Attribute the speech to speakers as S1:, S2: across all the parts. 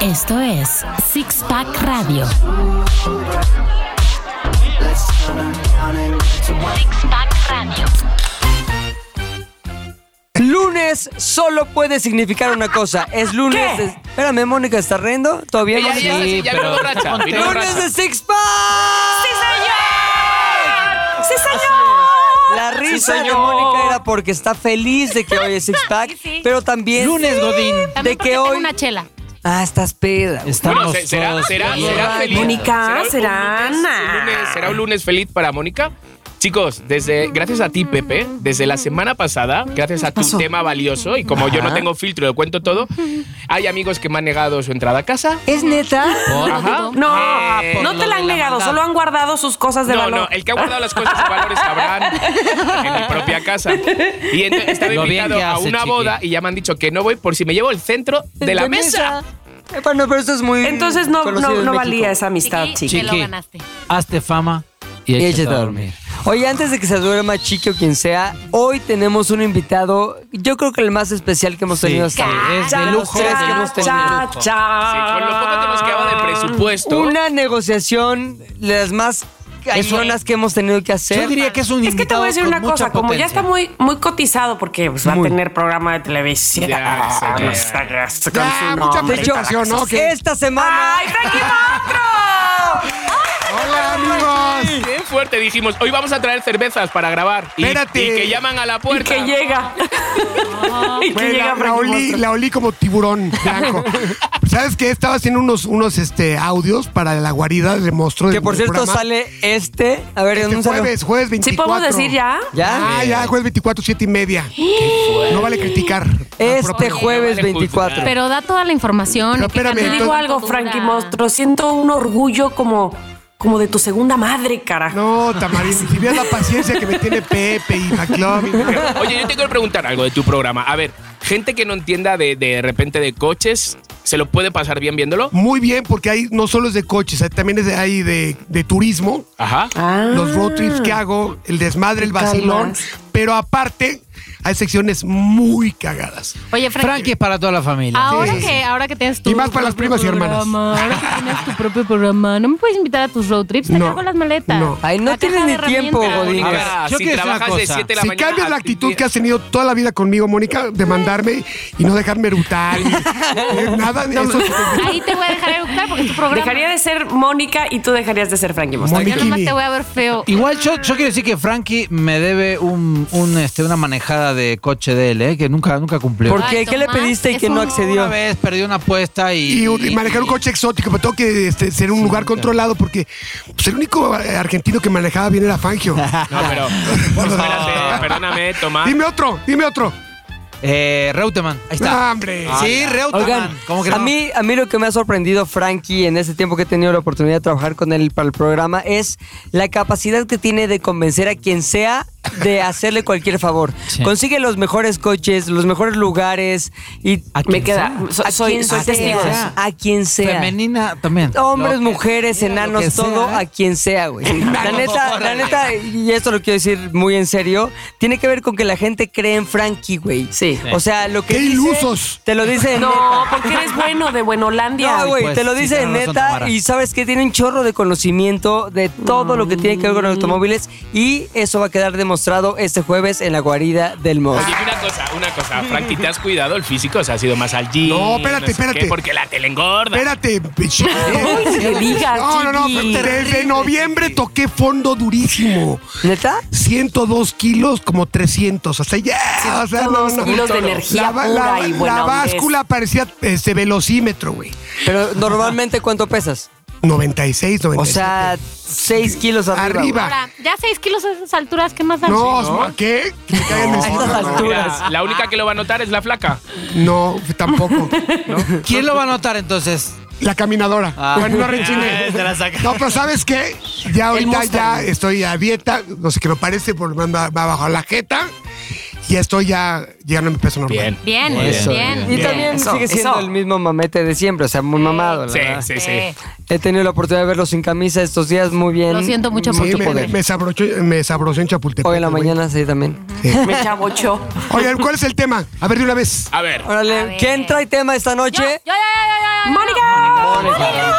S1: Esto es Six Pack Radio. Six Pack Radio.
S2: Lunes solo puede significar una cosa. Es lunes.
S3: ¿Qué?
S2: de- Espérame, Mónica, ¿está riendo? ¿Todavía
S4: Ya, ya, ya, sí, ya vino borracha. vino
S2: Lunes
S4: borracha.
S2: de Six Pack.
S3: ¡Sí, señor! ¡Sí, señor!
S2: La risa de
S4: señor.
S2: Mónica era porque está feliz de que hoy es Six Pack,
S1: Sí, sí.
S2: pero también
S5: Lunes, Godín.
S2: de
S1: También porque
S2: que
S1: tengo
S2: hoy
S1: una chela.
S2: ah estás peda. güey.
S5: Estamos
S4: Bueno, se- será,
S5: todos
S4: será,
S5: bien.
S4: será feliz.
S3: Mónica,
S4: será un lunes-
S3: será
S4: un lunes- será un lunes feliz para Mónica. Chicos, desde gracias a ti, Pepe, desde la semana pasada, gracias a tu
S2: pasó?
S4: tema valioso y como yo no
S2: Ajá.
S4: tengo filtro, lo cuento todo. Hay amigos que me han negado su entrada a casa.
S2: Es neta.
S5: Por-
S4: Ajá.
S3: No,
S4: Eh,
S3: no te la han negado, solo han guardado sus cosas de
S4: no,
S3: valor.
S4: no, el que ha guardado las cosas de valores sabrán en mi propia casa. Y ento- estaba
S5: Lo bien
S4: invitado
S5: que
S4: a
S5: hace,
S4: una
S5: chiqui.
S4: boda y ya me han dicho que no voy por si me llevo el centro de la mesa.
S2: Eh, Bueno, pero esto es muy
S3: Entonces no, no,
S2: conocido en
S3: no
S2: México.
S3: valía esa amistad,
S1: Chiqui,
S3: chiqui.
S1: Te lo
S5: Chiqui.
S1: ganaste.
S5: Hazte fama y
S2: Y
S5: échate,
S2: échate a dormir. Oye, antes de que se duerma Chiqui o quien sea, hoy tenemos un invitado, yo creo que el más especial que hemos
S5: Sí,
S2: tenido
S5: sí,
S2: hasta ahora.
S5: es de
S3: Cha,
S5: lujo.
S2: tres
S3: cha,
S2: que hemos tenido.
S3: cha, cha.
S4: Sí, con lo poco que nos quedaba de presupuesto.
S2: Una negociación de las más cañonas que hemos tenido que hacer.
S5: Yo diría que es un
S3: Es que te voy a decir una cosa, como ya está muy, muy cotizado porque pues, va a
S2: Muy.
S3: tener programa de televisión. Ah,
S4: Ya, sí,
S3: No
S4: ya.
S3: saques con
S6: Ya,
S3: su
S6: mucha
S3: nombre.
S2: de hecho,
S6: presentación, ¿no? Que-
S2: esta semana
S3: ¡Ay, Frankie Monstro!
S6: Hola amigos.
S4: Bien fuerte dijimos, hoy vamos a traer cervezas para grabar. Y,
S6: Espérate.
S4: y que llaman a la
S3: Y
S4: puerta.
S3: que llega. y que
S6: Güey,
S3: llega
S6: la, la
S3: Frankie
S6: olí,
S3: Monstro.
S6: la olí como tiburón blanco. ¿Sabes qué? Estaba haciendo unos, unos este, audios para la guarida de monstruo.
S2: que
S6: del
S2: por cierto
S6: programa.
S2: sale este, a ver,
S6: Este
S2: en un salón.
S6: jueves, jueves 24.
S3: ¿Sí podemos decir ya?
S2: ¿Ya?
S6: Ah, ya, jueves 24, 7 y media. No vale criticar.
S2: Este jueves
S4: vale
S2: 24.
S1: Pero da toda la información.
S6: Pero
S1: y qué
S6: espérame,
S3: Te
S1: canal,
S3: digo
S6: Entonces-
S3: algo,
S1: cuánto
S3: Frankie
S1: dura.
S3: Monstro. Siento un orgullo como, como de tu segunda madre, carajo.
S6: No, Tamarín, si vieras la paciencia que me tiene Pepe y McLovin.
S4: Oye, yo te quiero preguntar algo de tu programa. A ver, gente que no entienda de, de repente de coches, ¿se lo puede pasar bien viéndolo?
S6: Muy bien, porque ahí no solo es de coches, ahí también es de, hay de, de turismo.
S4: Ajá.
S3: Ah.
S6: los road trips que hago, el desmadre, el
S3: Te calmas.
S6: vacilón. Pero aparte, hay secciones muy cagadas.
S1: Oye, Frankie.
S5: Frankie es para toda la familia.
S1: Ahora,
S6: Sí, sí,
S1: que, ahora que tienes tu
S6: Y más para las
S1: propio
S6: primas y hermanas.
S1: programa, Ahora que tienes tu propio programa, ¿no me puedes invitar a tus road trips? Te
S6: No,
S1: cargo las maletas.
S6: no.
S2: Ay, no
S1: La caja
S2: tienes
S1: de
S2: ni tiempo,
S1: herramientas.
S2: Godín.
S4: A
S5: Digas,
S4: ver,
S5: yo
S4: si
S5: quiero decir una
S4: trabajas de
S5: cosa.
S4: 7 de la
S6: Si
S4: mañana.
S6: cambias la
S4: a-
S6: actitud que has tenido toda la vida conmigo, Mónica, de mandarme y no dejarme erutar, y, y nada de eso.
S1: Ahí te voy a dejar educar porque es tu programa.
S3: Dejaría de ser Mónica y tú dejarías de ser Frankie Monstro.
S1: Yo nomás
S6: Moniquini.
S1: te voy a ver feo.
S5: Igual yo, yo quiero decir que Frankie me debe un, un, este, una manejada de coche de él, ¿eh? que nunca, nunca cumplió.
S2: ¿Por
S1: Ay,
S2: qué? ¿Qué le
S1: Tomás,
S2: pediste y
S1: es
S2: que no
S1: un-
S5: Una
S2: accedió?
S5: vez perdió una apuesta y...
S6: Y, un- y manejar un coche exótico, pero tengo que este, ser un lugar controlado porque pues, el único eh, argentino que manejaba bien era Fangio.
S4: No, pero. Espérate, perdóname, Tomás.
S6: Dime otro, dime otro.
S5: Eh, Reutemann, ahí está.
S6: Ah, hombre.
S5: sí, Reutemann.
S2: Oigan,
S5: ¿Cómo que
S2: a,
S5: no?
S2: mí, a mí lo que me ha sorprendido Frankie en este tiempo que he tenido la oportunidad de trabajar con él para el programa es la capacidad que tiene de convencer a quien sea de hacerle cualquier favor.
S5: Sí.
S2: Consigue los mejores coches, los mejores lugares y
S5: ¿A
S3: Me
S5: quién
S3: queda.
S5: sea?
S3: so-
S2: a
S3: soy
S2: quien
S3: soy
S2: sea,
S3: testigo de eso.
S5: eso.
S2: A quien sea.
S5: Femenina también.
S2: Hombres,
S5: Lo que-
S2: mujeres,
S5: mira, lo que
S2: enanos, todo
S5: sea.
S2: a quien sea, güey. La
S5: Enanos,
S2: neta, la
S5: órale.
S2: neta, y esto lo quiero decir muy en serio, tiene que ver con que la gente cree en Frankie, güey.
S3: Sí.
S2: O sea, lo que
S6: ¡Qué
S2: dice,
S6: ilusos!
S2: Te lo dice en
S3: No, porque eres bueno de Buenolandia.
S2: No, güey,
S5: Pues,
S2: te lo
S5: sí,
S2: dice
S5: tienes razón,
S2: neta
S5: Tamara.
S2: y sabes que tiene un chorro de conocimiento de todo lo que tiene que ver con automóviles y eso va a quedar demostrado este jueves en la guarida del
S4: Oye,
S2: monstruo.
S4: una cosa, una cosa, Frankie, ¿te has cuidado el físico? O sea, has ido más al gym.
S6: No, espérate,
S4: sé qué,
S6: espérate.
S4: porque la tele engorda.
S6: Espérate, bitch.
S3: Que digas,
S6: No, no, no,
S3: Chiqui.
S6: pero desde noviembre toqué fondo durísimo.
S2: ¿Neta?
S6: 102 kilos, como 300. Hasta ya. o sea, no,
S3: 102
S6: no.
S3: kilos de energía pura
S6: va- la-
S3: y
S6: la
S3: buena onda es.
S6: báscula parecía este velocímetro, güey.
S2: Pero normalmente, ¿cuánto pesas?
S6: 96, 97.
S2: O sea, 6 kilos arriba.
S6: Arriba.
S1: Ahora, ya 6 kilos a esas alturas, ¿qué más da?
S6: no, ¿no? ¿qué? Que me
S2: A
S6: caigan
S2: estas
S6: encima, no.
S2: alturas.
S4: Mira, la única que lo va a notar es la flaca.
S6: No, tampoco.
S5: ¿Quién lo va a anotar entonces?
S6: La caminadora.
S5: Ah.
S6: Bueno, no renchine.
S5: Ah, te la saca.
S6: No, pero ¿sabes qué? Ya ahorita
S2: Mustang.
S6: ya estoy a dieta. No sé qué me parece, por me anda- me ha bajado la jeta. Y ya estoy ya llegando a mi peso normal.
S4: Bien.
S1: Bien,
S5: Muy bien.
S1: bien.
S2: Y
S4: Bien.
S2: también
S3: Eso,
S2: sigue siendo
S3: eso.
S2: el mismo mamete de siempre, o sea, muy mamado. La
S4: Sí,
S2: verdad.
S4: sí, sí.
S2: He tenido la oportunidad de verlo sin camisa estos días, muy bien.
S1: Lo siento mucho
S6: Sí,
S1: por tu
S6: me,
S1: poder.
S6: me, sabrochó- me sabrosó en Chapultepec.
S2: Hoy en la
S6: güey.
S2: mañana sí también.
S3: Me chabocho.
S6: Oigan, ¿cuál es el tema? A ver, de una vez.
S4: A ver,
S1: A
S2: Órale,
S1: ver.
S2: ¿quién trae tema esta
S1: Yo, yo,
S2: noche?
S1: yo, yo, yo, yo, yo.
S3: ¡Mónica!
S2: Mónica.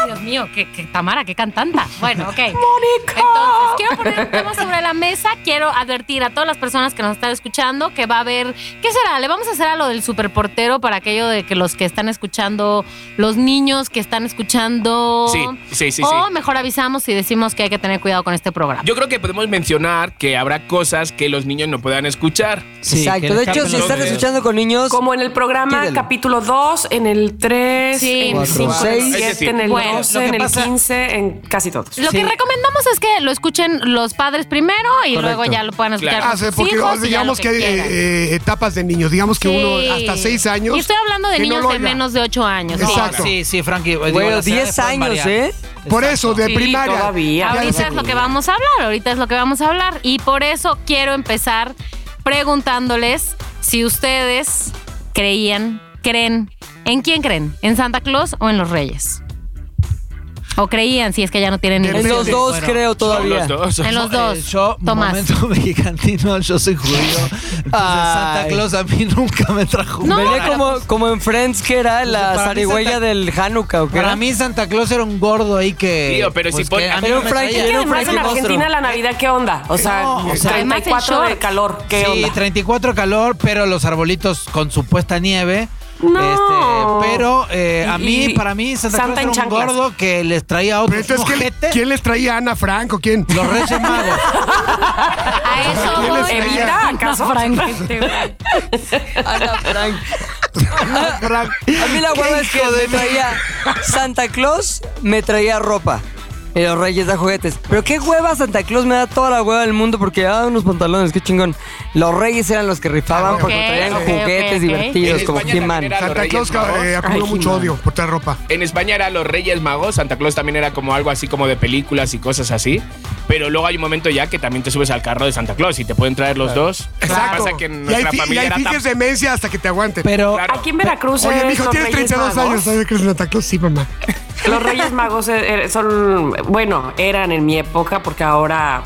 S1: Ay, Dios mío, qué, qué- Tamara, qué cantanta. Bueno, ok. Entonces, quiero poner un tema sobre la mesa. Quiero advertir a todas las personas que nos están escuchando que va a haber. ¿Qué será? Le vamos a hacer a lo del superportero para aquello de que los que están escuchando, los niños que están escuchando.
S4: Sí, sí, sí,
S1: O
S4: sí.
S1: mejor avisamos y decimos que hay que tener cuidado con este programa.
S4: yo creo que podemos mencionar que habrá cosas que los niños no puedan escuchar.
S5: Sí, que
S2: Exacto.
S5: le
S2: De hecho,
S5: escapen
S2: si
S4: los
S2: están
S4: dedos.
S2: escuchando con niños,
S3: Como en el programa
S2: Tírenlo.
S3: capítulo 2, en el 3,
S1: Sí.
S3: en el
S1: Cuatro,
S3: 5, en el
S2: seis.
S3: 7, en el
S1: Bueno, lo
S3: 12,
S5: que
S3: en el
S5: pasa-
S3: 15, en casi todos.
S1: Lo que recomendamos es que lo escuchen los padres primero y luego ya lo puedan escuchar.
S4: Claro.
S6: Ah,
S1: con
S6: sí,
S1: sus
S6: porque
S1: hijos y ya lo
S6: digamos que hay
S1: quieran.
S6: eh, eh, etapas de niños. Digamos que
S1: Sí.
S6: uno hasta seis años.
S1: Y estoy hablando de
S6: que no
S1: niños
S6: lo
S1: de
S6: oiga.
S1: menos de 8 años. ¿no?
S6: Exacto.
S5: Sí, sí, Frankie. digo,
S2: Bueno,
S5: las edades
S2: 10
S5: pueden
S2: años,
S5: variar.
S2: ¿eh?
S6: Por eso, de
S1: Sí,
S6: primaria.
S3: todavía.
S6: Ya
S1: Ahorita
S6: desde-
S1: es lo que vamos a hablar, ahorita es lo que vamos a hablar. Y por eso quiero empezar preguntándoles si ustedes creían, creen, ¿en quién creen? ¿En Santa Claus o en los Reyes? ¿O creían si es que ya no tienen
S2: en
S1: niños?
S2: los dos
S5: Bueno,
S2: creo todavía.
S4: Los dos.
S1: En los dos.
S5: Eh, yo,
S1: Tomás.
S5: momento mexicantino, yo soy judío. Entonces, Santa
S2: Ay.
S5: Claus a mí nunca me trajo.
S1: No.
S5: nada.
S2: Venía como, como en Friends, que era la
S5: Para mí
S2: zarigüeya
S5: Santa-
S2: del Hanukkah, ¿o qué
S5: Para
S2: era?
S5: mí Santa Claus era un gordo ahí que... pues,
S4: Tío, pero si
S5: que
S4: pon-
S5: a mí
S2: Pero
S5: no me
S2: Frankie,
S5: traía.
S3: Que
S2: Era un
S3: además en
S2: Frankie
S3: Argentina
S2: monstruo.
S3: la Navidad, ¿qué onda? O sea,
S5: No, o sea,
S1: además en
S3: 34 de
S1: shorts.
S3: calor, ¿qué
S5: sí,
S3: onda?
S5: 34 calor, pero los arbolitos con supuesta nieve.
S3: No.
S5: Este, pero eh, a
S3: Y-
S5: mí,
S3: y
S5: para mí, Santa,
S3: Santa en
S5: Claus era un
S3: chanclas.
S5: gordo que les traía otro
S6: Pero entonces, ¿quién,
S5: ojete,
S6: quién les traía a Ana Franco? ¿Quién?
S5: los reyes magos.
S1: A eso
S6: ¿Quién les
S1: voy.
S6: creía?
S1: Evita,
S3: ¿Acaso?
S1: Frank, este, güey.
S2: Ana Frank. A mí la hueva es que me traía Santa Claus, me traía ropa. Y los reyes da juguetes. Pero qué hueva Santa Claus me da toda la hueva del mundo porque ah, unos pantalones, qué chingón. Los reyes eran los que rifaban porque
S1: ok,
S2: traían
S1: ok,
S2: juguetes
S1: ok.
S2: divertidos
S4: En
S2: como
S4: España también
S2: He-Man.
S4: era- los
S6: Santa
S4: Reyes
S6: Claus
S4: Magos.
S6: eh, acumuló mucho odio por traer ropa.
S4: En España eran los Reyes Magos, Santa Claus también era como algo así como de películas y cosas así. Pero luego hay un momento ya que también te subes al carro de Santa Claus y te pueden traer los dos. Lo que
S6: Exacto.
S4: pasa que en
S6: y ahí,
S4: nuestra
S6: fi- y
S4: familia
S6: ahí
S4: era
S6: finges
S4: tan-
S6: demencia hasta que te aguante.
S5: Pero
S4: Claro.
S3: Aquí en Veracruz
S6: Oye,
S3: es
S6: mijo,
S3: los
S6: tienes
S3: Reyes
S6: 32
S3: Magos.
S6: años, ¿sabes que es Santa Claus? Sí, mamá.
S3: Los Reyes Magos eh, eh, son, bueno, eran en mi época porque ahora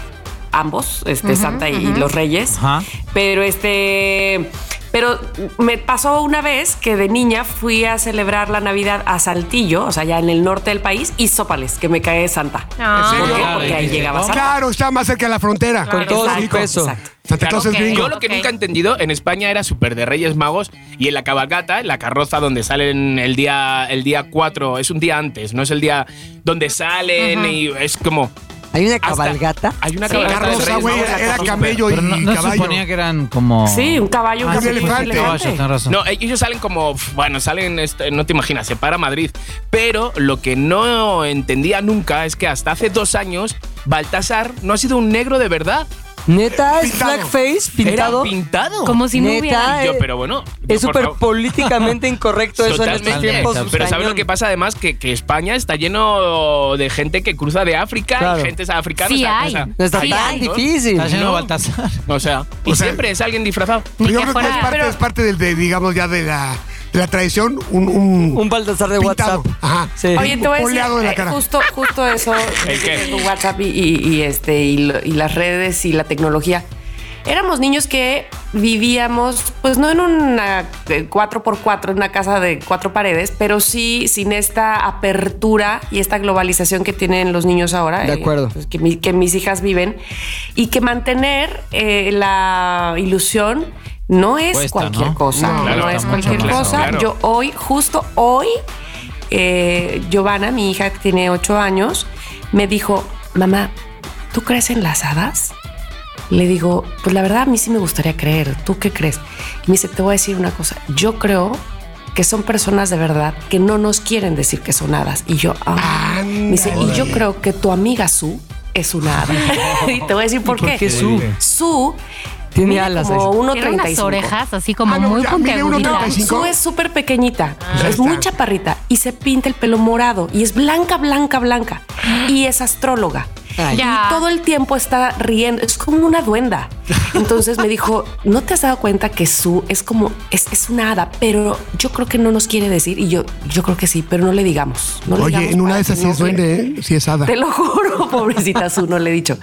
S3: ambos, este Santa y los Reyes,
S5: Ajá.
S3: pero este, pero me pasó una vez que de niña fui a celebrar la Navidad a Saltillo, o sea, ya en el norte del país y Sópales, que me cae Santa.
S1: No.
S3: ¿Por qué?
S5: Claro,
S3: Porque ahí
S5: dice,
S3: llegaba
S5: ¿no?
S3: Santa.
S6: Claro, está más cerca de la frontera.
S1: Claro.
S2: Con todo su
S3: Exacto,
S2: peso.
S3: exacto.
S6: Santa
S4: Claro,
S6: Claus es
S1: ok.
S6: gringo.
S4: Yo lo que
S1: Ok.
S4: nunca he entendido, en España era súper de Reyes Magos y en la cabalgata, en la carroza donde salen el día el día 4, es un día antes, no es el día donde salen y es como...
S2: Hay una
S4: hasta-
S2: cabalgata.
S4: Hay una
S1: Sí.
S4: cabalgata de
S6: Carroza,
S4: Reyes
S6: güey,
S4: Magos,
S6: era
S4: súper.
S6: camello y
S5: Pero no, no
S6: caballo.
S5: suponía que eran como.
S3: Sí, un caballo, un
S5: Ah, sí,
S3: camello,
S5: pues,
S6: elefante.
S5: caballos, tenés razón.
S4: No, ellos salen como, pf, bueno, salen, este, no te imaginas, se para Madrid. Pero lo que no entendía nunca es que hasta hace dos años Baltasar no ha sido un negro de verdad.
S2: Neta, es
S6: Pintado.
S2: blackface, pintado.
S4: Era pintado.
S1: Como si no
S2: Neta, eh,
S1: hubiera.
S4: Y yo, pero bueno.
S2: Es
S4: yo, por
S2: súper
S4: favor.
S2: políticamente incorrecto eso en estos
S4: Totalmente.
S2: tiempos.
S4: Pero ¿sabes lo que pasa además? Que, que España está lleno de gente que cruza de África
S2: Claro.
S4: y gente africana.
S1: Sí hay.
S2: No está
S1: Sí,
S2: tan
S1: hay.
S2: difícil.
S5: Está lleno de
S4: No.
S5: Baltasar.
S4: O sea, y
S6: O sea,
S4: siempre es alguien disfrazado.
S1: Ni
S6: Pero yo
S1: que
S6: creo que es
S1: fuera-
S6: parte,
S1: pero-
S6: es parte del, de, digamos, ya de la, de la tradición. Un,
S2: Un Baltasar de
S6: Pintado.
S2: WhatsApp.
S6: Ajá.
S2: Sí.
S3: Oye, te voy a decir,
S6: Oleado este, de la
S3: eh,
S6: cara.
S3: justo, justo eso, eh,
S4: ¿El qué?
S3: tu WhatsApp y, y- y, este, y, lo- y las redes y la tecnología. Éramos niños que vivíamos, pues no en una eh, 4x4, en una casa de cuatro paredes, pero sí sin esta apertura y esta globalización que tienen los niños ahora.
S2: De
S3: eh,
S2: acuerdo.
S3: pues, que, mi- que mis hijas viven. Y que mantener eh, la ilusión no es
S5: Cuesta,
S3: cualquier
S5: ¿no?
S3: cosa.
S6: No,
S3: No,
S4: claro,
S3: es
S4: mucho,
S3: cualquier
S4: claro,
S3: cosa.
S4: claro.
S3: Yo hoy, justo hoy, eh, Giovanna, mi hija que tiene ocho años, me dijo, mamá, ¿tú crees en las hadas? Le digo, pues la verdad a mí sí me gustaría creer, ¿tú qué crees? Y me dice, te voy a decir una cosa, yo creo que son personas de verdad que no nos quieren decir que son hadas. Y yo, ah, me dice, y yo creo que tu amiga Su es una hada. y te voy a decir por, qué.
S2: qué Sue?
S3: Su
S2: Tiene
S3: mide
S2: alas,
S3: Como
S2: dice.
S3: 1.35.
S1: Tiene unas orejas así como
S6: Ah, no,
S1: muy
S6: ya, mide
S1: puntiaguditas.
S6: 1.35.
S3: Su es súper pequeñita,
S6: Pues ahí
S3: es muy
S6: está.
S3: chaparrita y se pinta el pelo morado y es blanca, blanca, blanca y es astróloga.
S2: Ay.
S1: Ya.
S3: Y todo el tiempo está riendo, es como una duenda. Entonces me dijo, ¿no te has dado cuenta que Su es como, es, es una hada, pero yo creo que no nos quiere decir? Y yo, yo creo que sí, pero no le digamos. no le
S6: Oye,
S3: digamos
S6: en una
S3: para
S6: de esas
S3: que
S6: sí
S3: no
S6: es
S3: le-
S6: duende, ¿eh? Sí es hada.
S3: te lo juro, pobrecita Su, no le he dicho.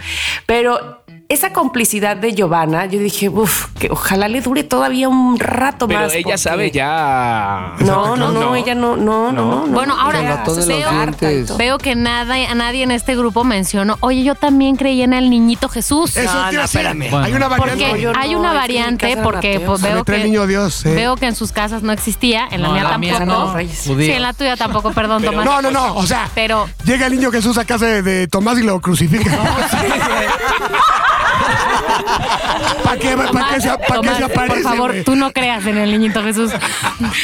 S3: Pero esa complicidad de Giovanna, yo dije, uff, que ojalá le dure todavía un rato
S4: Pero
S3: más.
S4: ella
S3: porque-
S4: sabe ya.
S3: No, no, no,
S4: No.
S3: ella no, no, no, no. no.
S1: Bueno, ahora
S2: El ratón de los
S1: veo-
S2: dientes.
S1: Veo que nada, a nadie en este grupo mencionó, oye, yo también creí en el niñito Jesús.
S6: Eso quiero decir. Hay
S5: Bueno.
S6: una variante.
S1: Porque
S3: yo no,
S1: hay una
S3: es que en
S1: variante,
S3: casa
S1: porque
S3: Mateo
S1: pues,
S6: se
S1: veo,
S6: me trae
S1: que,
S6: el niño Dios, eh.
S1: veo que en sus casas no existía, en la mía tampoco.
S3: no.
S1: Sí,
S5: judía.
S1: en la tuya tampoco, perdón, Tomás.
S6: No, no, no. O sea,
S1: Pero
S6: llega el niño Jesús a casa de, de Tomás y lo crucifica. ¿Para qué, para qué se,
S1: Tomás,
S6: para qué
S1: Tomás,
S6: se aparece?
S1: Por favor,
S6: güey?
S1: tú no creas en el niñito Jesús.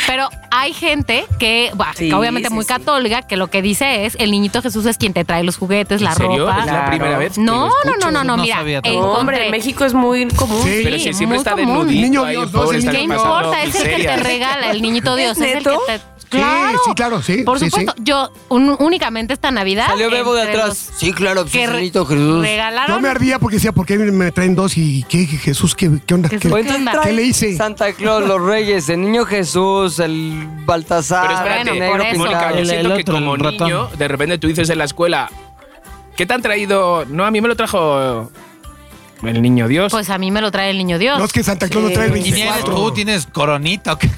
S1: Pero hay gente que, bah,
S3: Sí,
S1: que obviamente
S3: sí,
S1: muy
S3: sí.
S1: católica, que lo que dice es el niñito Jesús es quien te trae los juguetes, la
S4: ¿En serio?
S1: ropa.
S4: Es la
S3: Claro.
S4: primera vez. que
S1: No,
S4: lo
S1: no,
S4: escucho.
S1: no, no, no,
S5: No
S1: mira.
S5: sabía tampoco.
S1: encontré-
S3: Hombre, en México es muy común.
S6: Sí.
S4: Pero si siempre
S1: muy
S4: está
S1: común.
S4: desnudito.
S6: Niño
S4: ahí,
S6: Dios,
S4: pobre,
S6: no es el
S4: está
S1: ¿Qué
S6: niño
S4: pasando
S1: importa? Es el que te
S4: miserias.
S1: regala, el niñito Dios. Es el que
S3: ¿Neto?
S1: te. Claro.
S6: sí, claro, sí,
S1: Por
S6: sí,
S1: supuesto,
S6: sí.
S1: yo un- únicamente esta Navidad.
S2: Salió Bebo de
S1: entre
S2: atrás.
S1: los
S2: Sí, claro, pues,
S1: Que
S2: el
S1: re-
S2: niñito Jesús.
S1: regalaron.
S6: Yo me ardía porque decía, ¿por qué me traen dos y qué, Jesús, qué, qué onda? ¿Qué,
S1: Jesús,
S2: Pues entonces
S1: ¿Qué
S2: trae
S6: le hice?
S2: Santa Claus, los Reyes, el niño Jesús, el Baltasar,
S4: Pero espérate,
S1: Bueno,
S2: el negro
S1: por eso.
S2: pintado.
S4: Mónica, yo
S5: El-
S4: siento
S5: el
S4: que
S5: otro,
S4: como
S5: el ratón.
S4: niño, de repente tú dices en la escuela, ¿qué te han traído? No, a mí me lo trajo el niño Dios.
S1: Pues a mí me lo trae el niño Dios.
S6: No es que Santa Claus lo trae el
S5: ¿Quién eres
S6: 24.
S5: tú? ¿Tienes coronita o qué?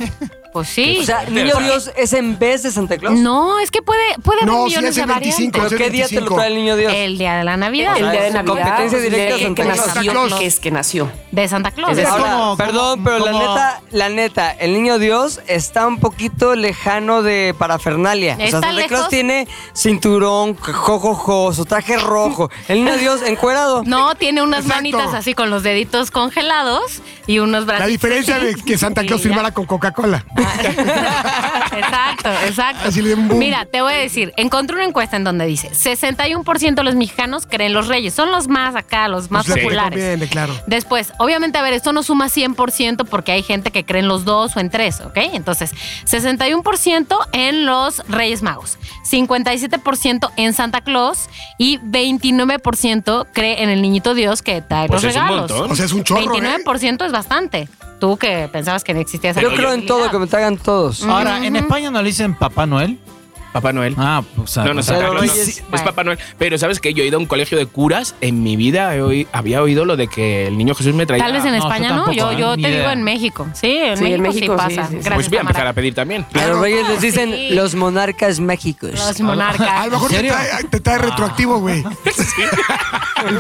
S1: Pues sí.
S2: O sea,
S4: Qué
S2: niño
S4: fuerte,
S2: Dios es en vez de Santa Claus.
S1: no, es que puede, puede haber
S6: No, sí,
S1: millones
S6: es el
S1: de variantes.
S6: 25.
S2: ¿Pero
S6: es el
S2: qué día te lo
S6: 25.
S2: trae el niño Dios?
S1: El día de la Navidad.
S3: El día de
S2: es
S3: Navidad.
S2: competencia
S3: pues,
S2: directa
S3: el día
S2: Santa
S3: que
S6: Claus. Santa Claus.
S3: nació, que es que nació.
S1: De Santa Claus.
S5: Es
S2: Ahora,
S5: como-
S2: perdón,
S5: como-
S2: pero
S5: como-
S2: la neta, la neta, el niño Dios está un poquito lejano de parafernalia. O sea,
S1: ¿Está
S2: Santa Claus
S1: lejos?
S2: tiene cinturón, jojojo, su traje rojo. El niño Dios encuerado.
S1: No, tiene unas
S6: Exacto.
S1: manitas así con los deditos congelados y unos brazos.
S6: La diferencia de que Santa Claus firmara con Coca-Cola.
S1: Exacto, exacto.
S6: Así le den boom.
S1: Mira, te voy a decir, encontré una encuesta en donde dice 61% de los mexicanos creen los reyes, son los más acá, los más
S6: Pues la que le
S1: populares.
S6: conviene, claro.
S1: Después, obviamente, a ver, esto no suma 100% porque hay gente que cree en los dos o en tres, ¿ok? Entonces, 61% en los Reyes Magos, 57% en Santa Claus y 29% cree en el Niñito Dios que trae
S4: Pues
S1: los
S4: es un
S1: regalos.
S4: montón.
S6: O sea, es un chorro, ¿eh?
S1: 29% es bastante. Tú que pensabas que no Mm, existía esa
S2: Yo creo en todo, que me traigan todos.
S5: Ahora, en España no le dicen Papá Noel.
S4: Papá Noel.
S5: Ah, pues. o sea,
S4: No, no,
S5: o sea,
S4: Santa Claus no.
S2: Reyes-
S4: Sí, es
S1: Bueno.
S4: Papá Noel. Pero sabes que yo he ido a un colegio de curas. En mi vida he oí- había oído lo de que el niño Jesús me traía.
S1: Tal vez en
S5: no, yo
S1: España no,
S5: tampoco,
S1: yo,
S5: ¿eh?
S1: yo
S5: Ni
S1: te digo
S5: idea.
S1: en México. Sí, en
S3: Sí,
S1: México,
S3: en México,
S1: sí
S3: sí,
S1: pasa.
S3: sí, sí.
S1: Gracias,
S4: pues voy a empezar
S1: Tamara.
S4: a pedir también.
S2: A los reyes les dicen
S1: sí.
S2: los monarcas mágicos.
S1: Los monarcas.
S6: A lo
S5: ¿En
S6: mejor te
S5: serio?
S6: trae, te trae retroactivo, güey.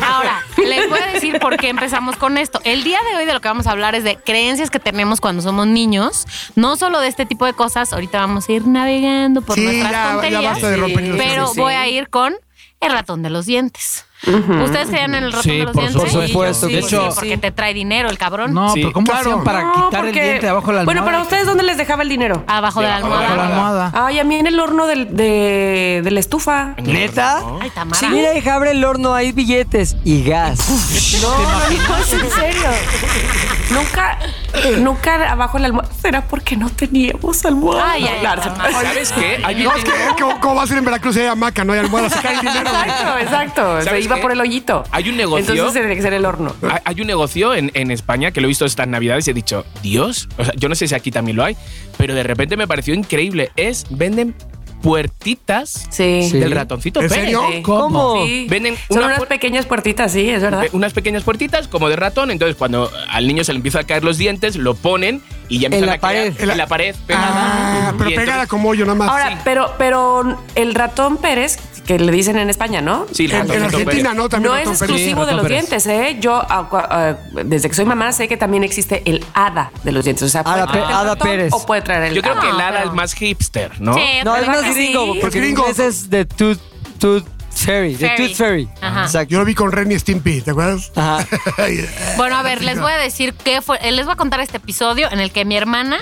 S1: Ahora, les voy a decir por qué empezamos con esto. El día de hoy de lo que vamos a hablar es de creencias que tenemos cuando somos niños, no solo de este tipo de cosas. Ahorita vamos a ir navegando por
S6: Sí,
S1: nuestras
S6: ya, ya
S1: tonterías,
S6: basta de romper ilusiones.
S1: pero
S3: Sí, sí.
S1: voy a ir con el ratón de los dientes. ¿Ustedes creían en el ratón
S5: Sí,
S1: de los
S5: por
S1: dientes?
S5: supuesto.
S2: supuesto
S1: Sí,
S5: que
S1: sí,
S5: sí.
S1: porque te trae dinero el cabrón.
S5: No,
S4: Sí,
S5: pero ¿cómo
S6: claro.
S5: hacían para
S3: No,
S5: quitar
S3: porque-
S5: el diente abajo de la almohada?
S3: Bueno, pero ustedes, ¿dónde les dejaba el dinero?
S1: Abajo de la
S4: Debajo de la
S5: Abajo de la
S1: almohada.
S5: almohada.
S3: Ay, a mí en el horno del- de, de la estufa.
S2: ¿Neta?
S1: Ay, Tamara.
S2: Sí, mira, hija, abre el horno, hay billetes y gas.
S3: No, no, no, es en serio. Nunca, nunca abajo la almohada. ¿Será porque no teníamos almohada?
S1: Ay, ay,
S3: Claro,
S1: ay, ay.
S4: ¿Sabes qué? Hay
S6: No, es que ¿cómo, cómo va a ser en Veracruz si hay hamaca, no hay almohada? Se cae el dinero, güey.
S3: Exacto, exacto. Se
S4: ¿Sabes
S3: iba
S4: qué?
S3: por el hoyito.
S4: Hay un negocio.
S3: Entonces tiene que ser el horno.
S4: Hay- Hay un negocio en, en España que lo he visto estas navidades y he dicho, Dios, o sea, yo no sé si aquí también lo hay, pero de repente me pareció increíble. Es, venden puertitas
S3: Sí.
S2: Sí.
S4: del ratoncito
S6: ¿En
S4: Pérez.
S6: serio?
S3: Sí.
S2: ¿Cómo?
S3: Sí.
S4: Venden
S3: Son
S4: una
S3: unas
S4: pu-
S3: pequeñas puertitas, sí, es verdad.
S4: Eh, Unas pequeñas puertitas como de ratón, entonces cuando al niño se le empieza a caer los dientes, lo ponen y ya empiezan
S2: la
S4: a crear-
S2: pared.
S4: en la, pared pegada.
S6: Ah, pero
S4: Y
S6: pegada
S4: entonces-
S6: como hoyo, nada más.
S3: Ahora, pero, pero el ratón Pérez, que le dicen en España, ¿no?
S4: Sí,
S6: en, en
S4: ratoncito Pérez.
S6: Argentina, ¿no? También
S3: no es
S6: ratón Pérez.
S3: exclusivo
S5: Sí,
S3: de
S5: ratón
S3: los
S5: Pérez.
S3: dientes, ¿eh? Yo, ah, cua- ah, desde que soy mamá, sé que también existe el hada de los dientes. O sea, puede
S2: Hada
S3: traer
S2: Pe-
S3: el
S2: Hada
S3: ratón
S2: Pérez.
S3: O puede traer el
S4: Yo creo
S1: No,
S4: que el hada
S1: Ah, pero-
S4: es más hipster, ¿no?
S1: Sí,
S2: No, es
S1: pero
S2: más
S1: creo que
S2: gringo,
S1: sí.
S2: porque en
S6: gringo.
S2: inglés es de Tooth, tooth Fairy. De
S1: Fairy.
S2: Tooth Fairy.
S1: Ajá.
S2: Exacto.
S6: Yo lo vi con Ren y Stimpy, ¿te acuerdas?
S2: Ajá.
S1: Bueno, a ver, les voy a decir qué fue. eh, Les voy a contar este episodio en el que mi hermana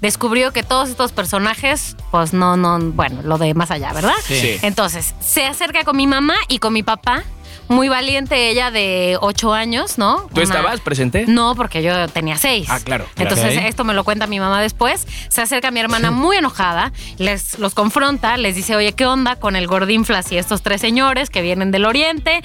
S1: descubrió que todos estos personajes, pues no, no, bueno, lo de más allá, ¿verdad?
S4: Sí.
S1: Entonces, se acerca con mi mamá y con mi papá. Muy valiente ella de 8 años, ¿no? Una-
S4: ¿Tú estabas presente?
S1: No, porque yo tenía seis.
S4: Ah, claro, claro.
S1: Entonces,
S5: Ok.
S1: esto me lo cuenta mi mamá después. Se acerca mi hermana muy enojada, les los confronta, les dice, oye, ¿qué onda con el gordinflas y estos tres señores que vienen del oriente?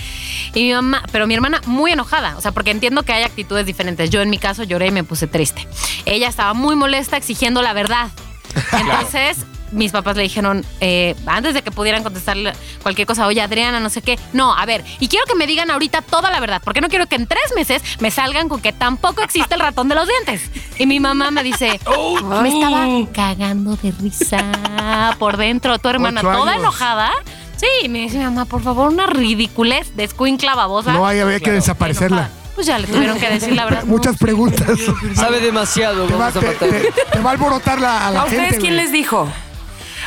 S1: Y mi mamá, pero mi hermana muy enojada, o sea, porque entiendo que hay actitudes diferentes. Yo en mi caso lloré y me puse triste. Ella estaba muy molesta exigiendo la verdad. Entonces, mis papás le dijeron, eh, antes de que pudieran contestarle cualquier cosa, oye Adriana, no sé qué, no, a ver, y quiero que me digan ahorita toda la verdad, porque no quiero que en tres meses me salgan con que tampoco existe el ratón de los dientes. Y mi mamá me dice,
S6: Oh,
S1: me estaba cagando de risa por dentro, tu hermana
S6: Ocho
S1: toda
S6: años.
S1: enojada. Sí, me dice mi mamá, por favor, una ridiculez de escuincla babosa.
S6: No, ahí había que desaparecerla.
S1: enojada. Pues ya le tuvieron que decir la verdad.
S6: Muchas preguntas.
S2: Sabe demasiado,
S6: Te va,
S2: vamos a
S6: te,
S2: matar.
S6: te- te va a alborotar la, a la
S3: ¿A ustedes
S6: gente,
S3: quién
S6: güey.
S3: les dijo?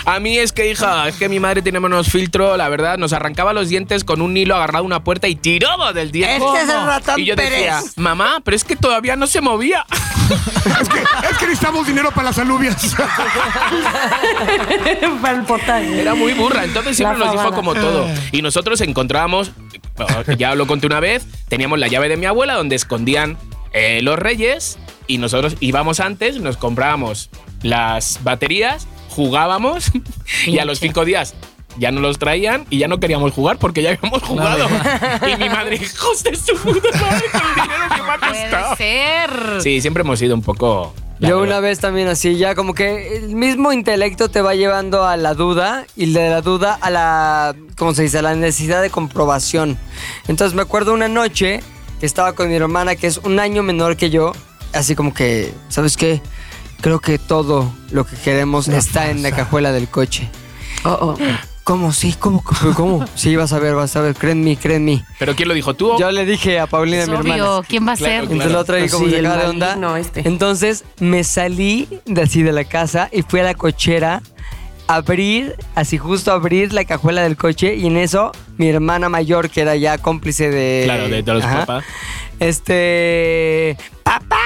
S4: A mí es que, hija, es que mi madre tiene menos filtro, la verdad. Nos arrancaba los dientes con un hilo agarrado a una puerta y tiraba del diente.
S2: Este es el ratón
S4: Y yo decía,
S2: Pérez.
S4: mamá, pero es que todavía no se movía.
S6: Es que, es que necesitamos dinero para las alubias.
S3: Para el potaje.
S4: Era muy burra, entonces siempre
S3: La
S4: nos dijo
S3: fabada.
S4: como todo. Y nosotros encontrábamos, eh, ya lo conté una vez, teníamos la llave de mi abuela donde escondían eh, los reyes y nosotros íbamos antes, nos comprábamos las baterías, jugábamos y a los cinco días ya no los traían y ya no queríamos jugar porque ya habíamos jugado. y mi madre, hijos de su puta madre, con el dinero que me ha
S1: Puede
S4: costado".
S1: ser.
S4: Sí, siempre hemos sido un poco... la
S2: Yo
S4: verdad.
S2: una vez también así, ya como que el mismo intelecto te va llevando a la duda y de la duda a la, ¿cómo se dice? A la necesidad de comprobación. Entonces me acuerdo una noche que estaba con mi hermana que es un año menor que yo, así como que, ¿sabes qué? Creo que todo lo que queremos está en la cajuela del coche.
S3: Oh, oh.
S2: ¿Cómo? Sí, ¿cómo? ¿Cómo? ¿Cómo? Sí, vas a ver, vas a ver, créeme, créeme.
S4: Pero ¿quién lo dijo tú? o-
S2: Yo le dije a Paulina,
S1: Es
S2: mi hermana.
S1: obvio, ¿quién va a
S4: Claro,
S1: ser?
S4: claro.
S2: Entonces la otra ahí como
S3: Sí,
S2: se
S3: el
S2: acaba de onda.
S3: maligno este.
S2: Entonces me salí de así de la casa y fui a la cochera a abrir, así justo a abrir la cajuela del coche y en eso mi hermana mayor, que era ya cómplice de...
S4: Claro, de todos los
S2: Ajá.
S4: papás.
S2: Este... ¡Papá!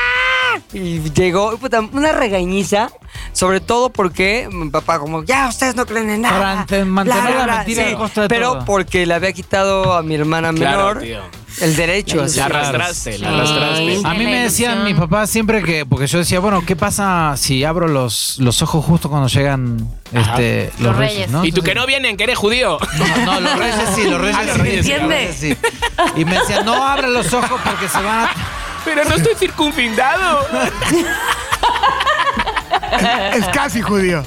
S2: Y llegó y puta, una regañiza, sobre todo porque mi papá como, ya ustedes no creen en nada.
S5: Para ante- mantener la mentira a costa de
S2: Pero
S5: todo.
S2: porque le había quitado a mi hermana
S4: Claro,
S2: menor
S4: tío.
S2: el derecho. así.
S4: La arrastraste, la
S1: Ah, Sí.
S4: arrastraste.
S5: A mí
S1: la
S5: me decían
S1: ilusión.
S5: mis papás siempre que, porque yo decía, bueno, ¿qué pasa si abro los, los ojos justo cuando llegan
S4: Ajá.
S5: este, los,
S1: Los
S5: reyes?
S1: reyes.
S5: ¿no?
S4: Y tú que no
S5: Entonces-
S4: vienen, que eres judío.
S5: No, los reyes sí, los reyes,
S4: Ah, los
S5: sí,
S4: reyes,
S5: sí, los reyes sí. Y me decían, no abra los ojos porque se van a...
S4: Pero no estoy circunfindado.
S6: Es casi judío.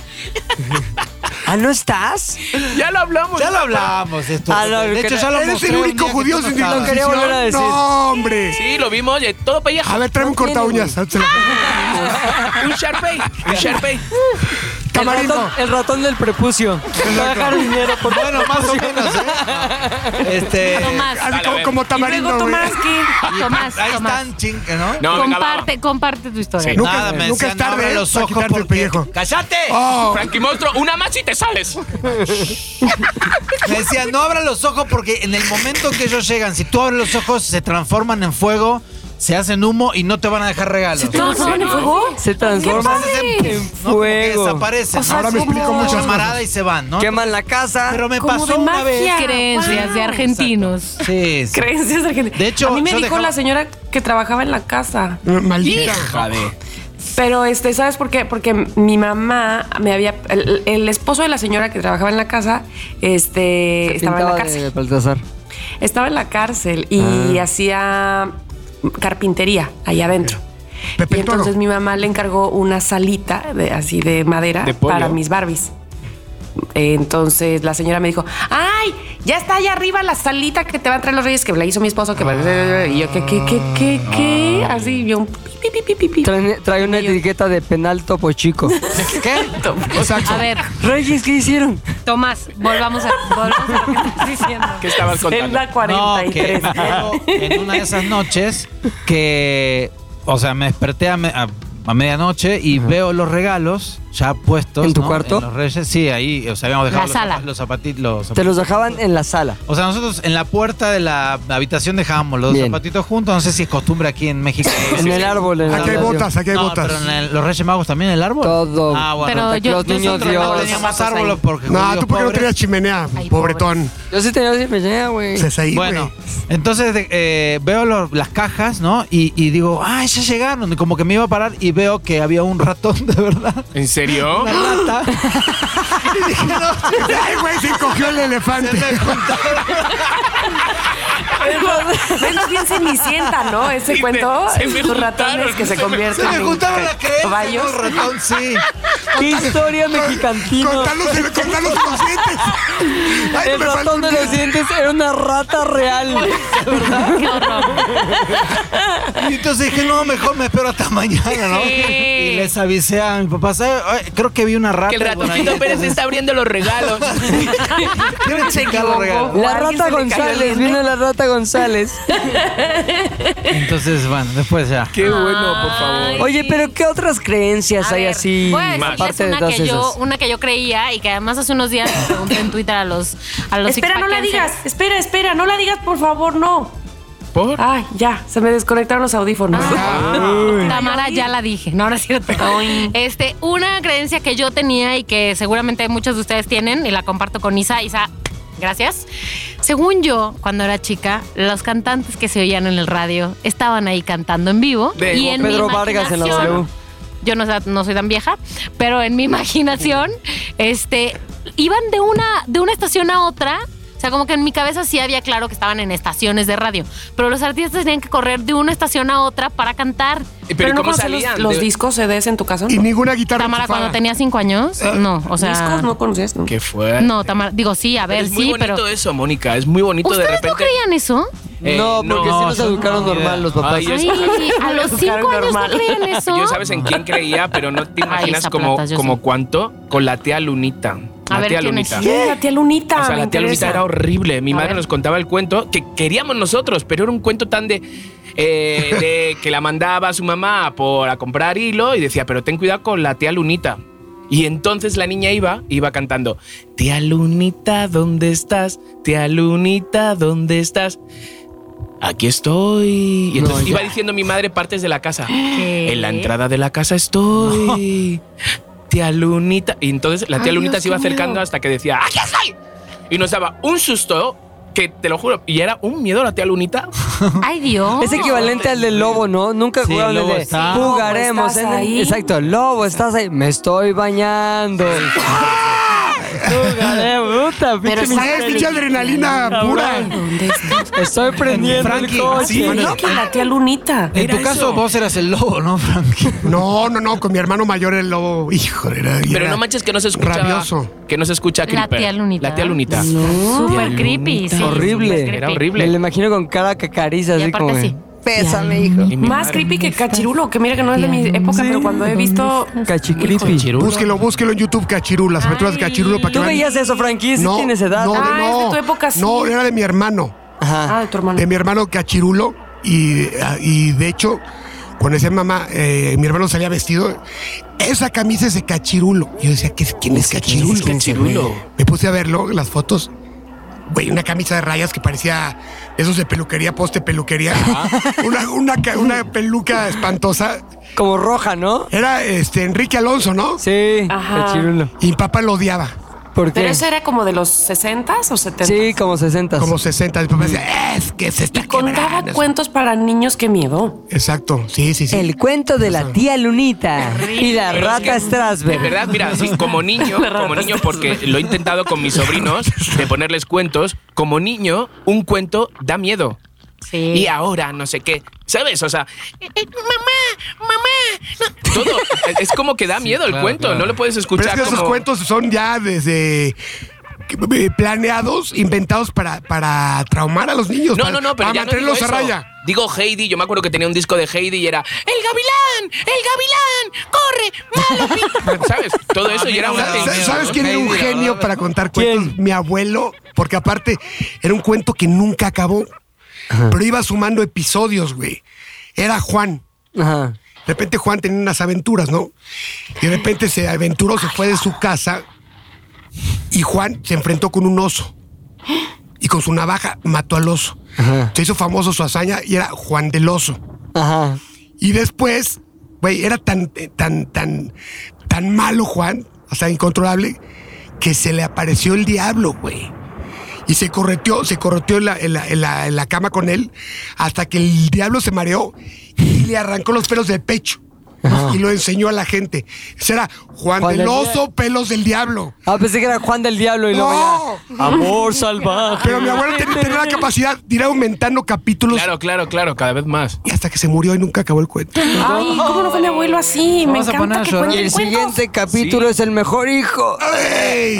S2: Ah, ¿no estás?
S4: Ya lo hablamos.
S5: Ya lo hablamos esto.
S2: Ah, no,
S5: de hecho,
S2: que-
S5: ya lo
S6: Eres
S5: mostré
S6: el
S5: un
S6: único
S5: día que
S6: judío
S5: tú no
S6: sin
S5: estabas.
S2: Lo quería
S6: circuncisión.
S2: volver a decir.
S6: No, hombre.
S4: Sí, lo vimos, oye, todo pellejo.
S6: A ver, tráeme un
S2: No tiene,
S6: cortaúñas. hazte la-
S4: un Sharpay, un Sharpay.
S2: El
S6: Tamarindo.
S2: ratón, el ratón del prepucio. Te va a dejar dinero por
S5: Bueno, más o menos, ¿eh? Este...
S1: Tomás,
S6: Así
S4: Dale, a
S6: como,
S4: ver.
S6: como tamarindo,
S3: Luego
S6: güey.
S3: Tomás, ¿qué?
S1: Tomás,
S5: Ahí
S1: Tomás.
S5: están, ching, ¿no?
S4: No, venga,
S1: comparte, comparte tu historia.
S4: Sí.
S6: Nunca,
S5: Nada, me
S6: nunca es
S5: decían, no
S6: tarde
S5: abra
S6: los
S5: los
S6: para
S5: ojos
S6: quitarte el
S5: porque-
S6: pellejo.
S5: ¡Cállate!
S6: Oh,
S4: Frankie Monstruo, una más y te sales.
S5: Me decían, no abran los ojos porque en el momento que ellos llegan, si tú abres los ojos, se transforman en fuego, se hacen humo y no te van a dejar regalos.
S3: ¿No, no, en el fuego?
S2: Se transforman en
S5: No, como que
S2: fuego.
S5: desaparecen.
S3: O sea,
S6: Ahora me
S3: como-
S6: explico muchas
S5: camarada y se van, ¿no?
S2: Queman la casa.
S5: Pero me
S3: como
S5: pasó
S3: de
S5: una
S3: magia.
S5: vez.
S1: Creencias de
S3: Wow.
S1: argentinos.
S5: Sí, sí.
S3: Creencias argentinas.
S5: De hecho,
S3: a mí me
S5: yo
S3: dijo
S5: dejaba-
S3: la señora que trabajaba en la casa.
S6: maldita.
S3: Pero este, ¿sabes por qué? Porque mi mamá me había el, el esposo de la señora que trabajaba en la casa, este,
S1: Eh,
S3: estaba en la
S2: Pintaba
S3: cárcel.
S2: de Baltasar.
S3: Estaba en la cárcel y
S4: Ah.
S3: hacía carpintería allá adentro.
S6: Pepe
S3: y
S6: el Toro.
S3: entonces mi mamá le encargó una salita de, así de madera
S4: De pollo.
S3: para mis Barbies. Entonces la señora me dijo, ay, ya está allá arriba la salita que te va a traer los reyes que me la hizo mi esposo. Que me- Y yo, ¿qué, qué, qué, qué, qué? Así, yo, pi, pi, pi, pi, pi.
S2: Trae, trae una etiqueta de penal topo chico.
S5: ¿Qué?
S1: A ver,
S2: Reyes, ¿qué hicieron?
S1: Tomás, volvamos a, volvamos a lo que estás diciendo.
S4: ¿Qué estabas contando?
S3: Celda 43.
S5: No, que yo, en una de esas noches que, o sea, me desperté a, me- a- a medianoche y veo los regalos ya puestos.
S2: ¿En tu
S5: ¿no?
S2: cuarto?
S5: los reyes, sí, ahí, o sea, habíamos dejado
S1: La
S5: los,
S1: sala.
S5: zapa- los zapatitos. Los
S2: Te los
S5: zapatitos.
S2: dejaban en la sala.
S5: O sea, nosotros en la puerta de la habitación dejábamos los dos
S2: Bien.
S5: zapatitos juntos. No sé si es costumbre aquí en México.
S2: En el árbol. En la
S6: Aquí hay
S2: habitación.
S6: botas, aquí hay
S5: No,
S6: botas.
S5: pero en el- los Reyes Magos también el árbol.
S2: Todo.
S5: Ah, bueno.
S1: Pero
S2: Santa
S1: yo-
S2: Claus,
S1: yo
S2: niño
S1: siempre
S5: no
S1: Dios.
S5: teníamos
S2: Dios.
S1: zapatos ahí.
S5: árboles porque
S6: No,
S5: judíos
S6: tú porque no
S5: pobres.
S6: tenías chimenea,
S1: Ay,
S6: pobretón.
S2: Yo sí tenía siempre ya, güey.
S6: Se ahí, güey.
S5: Bueno, entonces de- eh, veo los- las cajas, ¿no? Y, y digo, ah, ya llegaron. Y como que me iba a parar y veo que había un ratón de verdad.
S4: ¿En serio?
S5: Una rata. y dije, no,
S6: Ay, güey, se encogió el elefante.
S3: Menos, menos bien cenicienta, ¿no? Ese
S4: Sí, me-
S3: cuento.
S4: se me
S3: tus ratones
S4: juntaron,
S3: que
S4: se me-
S3: se
S5: Se
S3: convierten
S5: me juntaron
S3: en
S5: las creencias,
S3: caballos.
S5: ¿no? ratón, sí.
S2: ¿Qué historia mexicantina?
S6: Contar los, contar los los dientes. Ay,
S2: El
S6: me falta
S2: ratón
S6: un
S2: de los
S6: diente.
S2: dientes era una rata real.
S5: Y entonces dije, no, mejor me espero hasta mañana, ¿no?
S1: Sí.
S5: Y les avisé a mi papá, ¿sabe? Ay, creo que vi una
S4: Que
S5: rata.
S4: el
S5: por ahí.
S4: ratoncito Pérez está abriendo los regalos.
S5: Quieren checar los regalos.
S3: ¿O a
S2: La rata
S3: alguien se le cayó el
S2: González,
S3: diente?
S2: vino la rata González.
S5: Entonces, bueno, después ya.
S4: Qué bueno, por favor.
S2: Oye, pero ¿qué otras creencias
S1: A
S2: hay
S1: ver,
S2: así?
S1: voy a decirles
S2: Aparte de
S1: una
S2: todas
S1: que yo,
S2: esas.
S1: una que yo creía y que además hace unos días le pregunté en Twitter a los a los
S3: Espera, no la
S1: sixpackenses.
S3: digas. Espera, espera, no la digas, por favor, no.
S4: ¿Por?
S3: Ay, ya, se me desconectaron los audífonos.
S1: Tamara ya la dije. No, no es cierto. Este, una creencia que yo tenía y que seguramente muchos de ustedes tienen y la comparto con Isa. Isa, gracias. Según yo, cuando era chica, los cantantes que se oían en el radio estaban ahí cantando en vivo.
S4: De-
S1: y en mi
S2: Pedro Vargas en la
S1: imaginación-
S2: W.
S1: Yo no, sa- no soy tan vieja, pero en mi imaginación, este, iban de una, de una estación a otra. O sea, como que en mi cabeza sí había claro que estaban en estaciones de radio, pero los artistas tenían que correr de una estación a otra para cantar.
S4: Pero,
S3: Pero
S4: ¿y
S3: no
S4: cómo Ah.
S3: conocías
S4: salían?
S3: los, los
S4: De-
S3: discos CDs en tu casa?
S6: Y ninguna guitarra.
S1: Tamara,
S6: enchufada.
S1: cuando tenía cinco años,
S4: Ah.
S1: no, o sea.
S3: discos no conocías, ¿no?
S4: Qué fuerte.
S1: No, Tamara, digo sí, a ver,
S4: es muy
S1: sí,
S4: bonito
S1: pero.
S4: eso, Mónica. Es muy bonito de
S1: ¿Ustedes
S4: repente.
S1: no creían eso?
S4: Eh,
S2: no, porque sí nos
S4: yo-
S2: educaron
S5: no,
S2: normal
S5: idea.
S2: los papás.
S4: Ay, yo-
S1: Ay, a los cinco años no creían eso.
S4: Yo sabes en quién creía, pero no te
S1: Ay,
S4: imaginas
S1: esa
S4: como,
S1: plata, yo
S4: como
S1: sí.
S4: cuánto con la tía Lunita. La
S1: A ver,
S4: tía
S1: ¿quién es?
S4: Lunita.
S3: Sí, la tía Lunita.
S4: O sea,
S3: me
S4: la tía Lunita
S3: interesa.
S4: era horrible. Mi
S1: A
S4: madre
S1: ver.
S4: nos contaba el cuento que queríamos nosotros, pero era un cuento tan de, eh, de que la mandaba a su mamá por a comprar hilo y decía, pero ten cuidado con la tía Lunita. Y entonces la niña iba, iba cantando, tía Lunita, ¿dónde estás? Tía Lunita, ¿dónde estás? Aquí estoy. Y entonces iba diciendo mi madre partes de la casa.
S1: ¿Qué?
S4: En la entrada de la casa estoy. Tía Lunita. Y entonces la tía
S3: Ay,
S4: Lunita
S3: Dios,
S4: se iba
S3: qué miedo.
S4: acercando hasta que decía, ¡Aquí estoy! Y nos daba un susto que te lo juro. Y era un miedo la tía Lunita.
S1: Ay, Dios.
S2: Es equivalente al del lobo, ¿no? Nunca
S5: Sí,
S2: jugaron
S5: el
S2: el
S5: lobo
S2: de
S5: está.
S2: jugaremos.
S3: Lobo,
S2: en-
S3: ¿estás ahí?
S2: Exacto, lobo, estás ahí. Me estoy bañando. Jugaremos, puta,
S3: Pero
S2: pinche
S3: ¿sabes?
S6: Ay, pinche adrenalina pura.
S3: ¿Dónde está?
S2: mi- Estoy prendiendo el
S5: Frankie,
S2: coche.
S5: sí,
S3: Bueno, que la tía Lunita.
S5: En tu
S4: Era
S5: caso,
S4: eso.
S5: vos eras el lobo, ¿no, Frankie?
S6: No, no, no, con mi hermano mayor el lobo. Hijo, era.
S4: Pero
S6: era-
S4: no manches que no se escucha.
S6: rabioso.
S4: Que no se escucha
S1: La
S4: Creeper.
S1: tía Lunita. ¿eh?
S4: La tía Lunita.
S1: Súper creepy. sí, súper
S2: horrible.
S1: creepy.
S4: Era horrible.
S2: Me lo imagino con cara cacariza,
S1: Y
S2: así
S1: aparte
S2: como.
S1: sí.
S2: Pésame, hijo.
S4: Y mi
S3: Más
S4: madre-
S3: creepy que Cachirulo, que mira que no es de mi época, pero cuando he visto.
S2: Cachicripi.
S6: Búsquelo, búsquelo en YouTube, Cachirulo, las aventuras de Cachirulo para
S2: ¿Tú
S6: que vean.
S2: veías eso, Frankie? Sí tienes edad.
S6: No,
S2: ¿no?
S3: Ah,
S6: no.
S3: es de tu época, sí.
S6: No, era de mi hermano.
S2: Ajá.
S3: Ah, de tu hermano.
S6: De mi hermano Cachirulo. Y, y de hecho, cuando decía mamá, eh, mi hermano salía vestido. Esa camisa es de Cachirulo. Y yo decía, ¿qué- ¿quién es Cachirulo?
S4: es Cachirulo?
S6: Me puse a verlo, las fotos. Güey, una camisa de rayas que parecía esos de peluquería, poste peluquería. Una, una, ca- una peluca espantosa.
S2: Como roja, ¿no?
S6: Era este Enrique Alonso, ¿no?
S2: Sí,
S3: Ajá.
S2: cachirulo.
S6: Y mi papá lo odiaba.
S2: ¿Por qué?
S3: Pero eso era como de los 60s o 70s.
S2: Sí, como 60.
S6: Como 60. Mi papá decía, es que se está
S3: Contaba
S6: quebrando".
S3: cuentos para niños, qué miedo.
S6: Exacto, sí, sí, sí.
S2: El cuento de la tía Lunita y la
S4: Pero es
S2: rata
S4: que, De
S2: Strasberg.
S4: verdad, mira, sí, como niño, como niño, porque lo he intentado con mis sobrinos de ponerles cuentos, como niño, un cuento da miedo.
S1: Sí.
S4: Y ahora no sé qué. ¿Sabes? O sea, eh, eh, mamá, mamá. no. Todo. Es como que da miedo el
S5: claro,
S4: cuento.
S5: claro.
S4: No lo puedes
S6: Pero
S4: escuchar.
S6: es que esos
S4: como-
S6: cuentos son ya desde que- eh, planeados, inventados para, para traumar a los niños.
S4: No,
S6: para,
S4: no, no, pero
S6: para
S4: ya no digo
S6: mantenerlos
S4: eso.
S6: a raya.
S4: Digo Heidi, yo me acuerdo que tenía un disco de Heidi y era ¡El gavilán! ¡El gavilán! ¡Corre! ¡Malo! pi-". ¿Sabes? Todo eso y era una
S5: Ah,
S6: Sa-
S5: sí,
S6: sa-
S4: tensión.
S6: ¿Sabes
S5: ¿no?
S6: quién era un
S5: Heidi, la
S6: genio
S5: verdad.
S6: para contar
S2: ¿Quién?
S6: cuentos? Mi abuelo, porque aparte era un cuento que nunca acabó, pero iba sumando episodios, güey. Era Juan.
S2: Ajá.
S6: De repente Juan tenía unas aventuras, ¿no? Y de repente se aventuró, se fue de su casa y Juan se enfrentó con un oso. Y con su navaja mató al oso.
S2: Ajá.
S6: Se hizo famoso su hazaña y era Juan del Oso.
S2: Ajá.
S6: Y después, güey, era tan, eh, tan, tan, tan malo Juan, o sea, incontrolable, que se le apareció el diablo, güey. Y se correteó, se correteó en la, en la- en la- en la cama con él hasta que el diablo se mareó y le arrancó los pelos del pecho. y lo enseñó a la gente. Ese era
S2: Juan
S6: Juan, del
S2: del-
S6: Oso, pelos del diablo.
S2: Ah, pensé que era Juan del Diablo y luego
S6: No.
S2: ya. Amor salvaje.
S6: Pero mi abuela ten- tenía la capacidad de ir aumentando capítulos
S4: Claro, claro, claro, cada vez más.
S6: y hasta que se murió y nunca acabó el cuento.
S3: Ay, ¿cómo no fue mi abuelo así? Me
S5: Vamos a poner
S3: encanta
S5: a
S3: que
S5: llorar.
S2: Y
S3: cuenten
S2: el
S3: cuentos.
S2: siguiente capítulo es el mejor hijo.
S6: ¡Ey!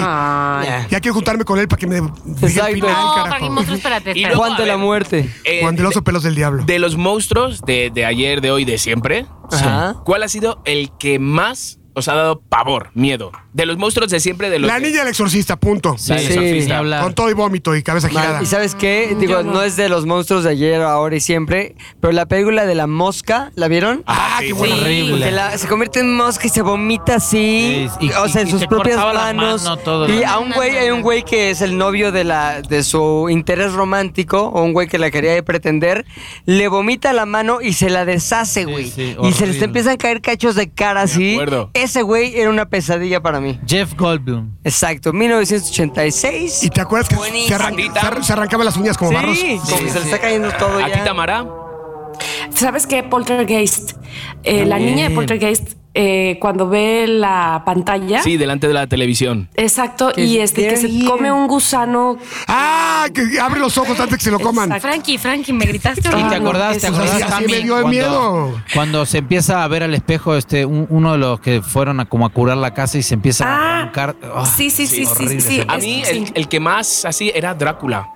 S3: Ay.
S2: Ya.
S6: Ya quiero juntarme con él para que me diga el
S2: Exacto.
S6: final,
S1: No,
S6: carajo.
S1: trajimos otro, espérate.
S4: Y
S1: espérate.
S4: luego,
S2: Juan de
S4: a
S2: la
S4: ver,
S2: muerte.
S4: eh,
S6: Juan del Oso, pelos del diablo.
S4: de los monstruos de, de ayer, de hoy, de siempre,
S2: Ajá.
S4: ¿cuál ha sido el que más os ha dado pavor, miedo? De los monstruos de siempre, de los.
S6: La niña del exorcista, punto.
S4: La del
S2: Sí.
S4: exorcista.
S6: Con todo y vómito y cabeza girada.
S2: Y sabes qué, digo, no es de los monstruos de ayer, ahora y siempre, pero la película de la mosca, ¿la vieron?
S4: Ah,
S6: qué
S4: sí,
S6: buena
S4: sí.
S5: horrible.
S2: Que la- se convierte en mosca y se vomita así,
S5: Sí, y-
S2: o sea, en
S5: y
S2: sus
S5: se
S2: propias
S5: cortaba las
S2: manos.
S5: manos, todo.
S2: y a un güey, hay un güey que es el novio de la de su interés romántico, o un güey que la quería pretender, le vomita la mano y se la deshace, güey.
S5: sí,
S2: y se les
S5: horrible.
S2: empiezan a caer cachos de cara así.
S4: acuerdo.
S2: Ese güey era una pesadilla para mí.
S5: Jeff Goldblum.
S2: Exacto, 1986.
S6: ¿Y te acuerdas que se, arran-
S4: Buenísimo.
S6: se arran- se arrancaban las uñas como barros?
S2: Sí, como que se le está cayendo todo
S4: ¿A
S2: ya.
S4: ti, Tamara?
S3: ¿Sabes qué? Poltergeist. Eh, la niña de Poltergeist, eh, cuando ve la pantalla.
S4: Sí, delante de la televisión.
S3: Exacto,
S2: Que
S3: y
S2: es
S3: este que se
S2: very-
S3: come un gusano.
S6: ¡Ah! Que abre los ojos antes que se lo coman.
S3: Exacto.
S1: Frankie, Frankie, me gritaste
S3: Y
S5: ¿Y te
S1: ahorita.
S5: acordás? ¿Te
S3: eso
S5: acordás
S6: Ah, sí, así
S5: también
S6: me dio de
S5: cuando-
S6: miedo.
S5: Cuando se empieza a ver al espejo, este, un- uno de los que fueron a como a curar la casa y se empieza a
S3: Ah,
S5: arrancar. Ah,
S3: sí, sí, sí, sí,
S5: horrible
S3: sí, sí.
S5: ese-
S4: A
S3: Es-
S4: mí, el, el que más así era Drácula.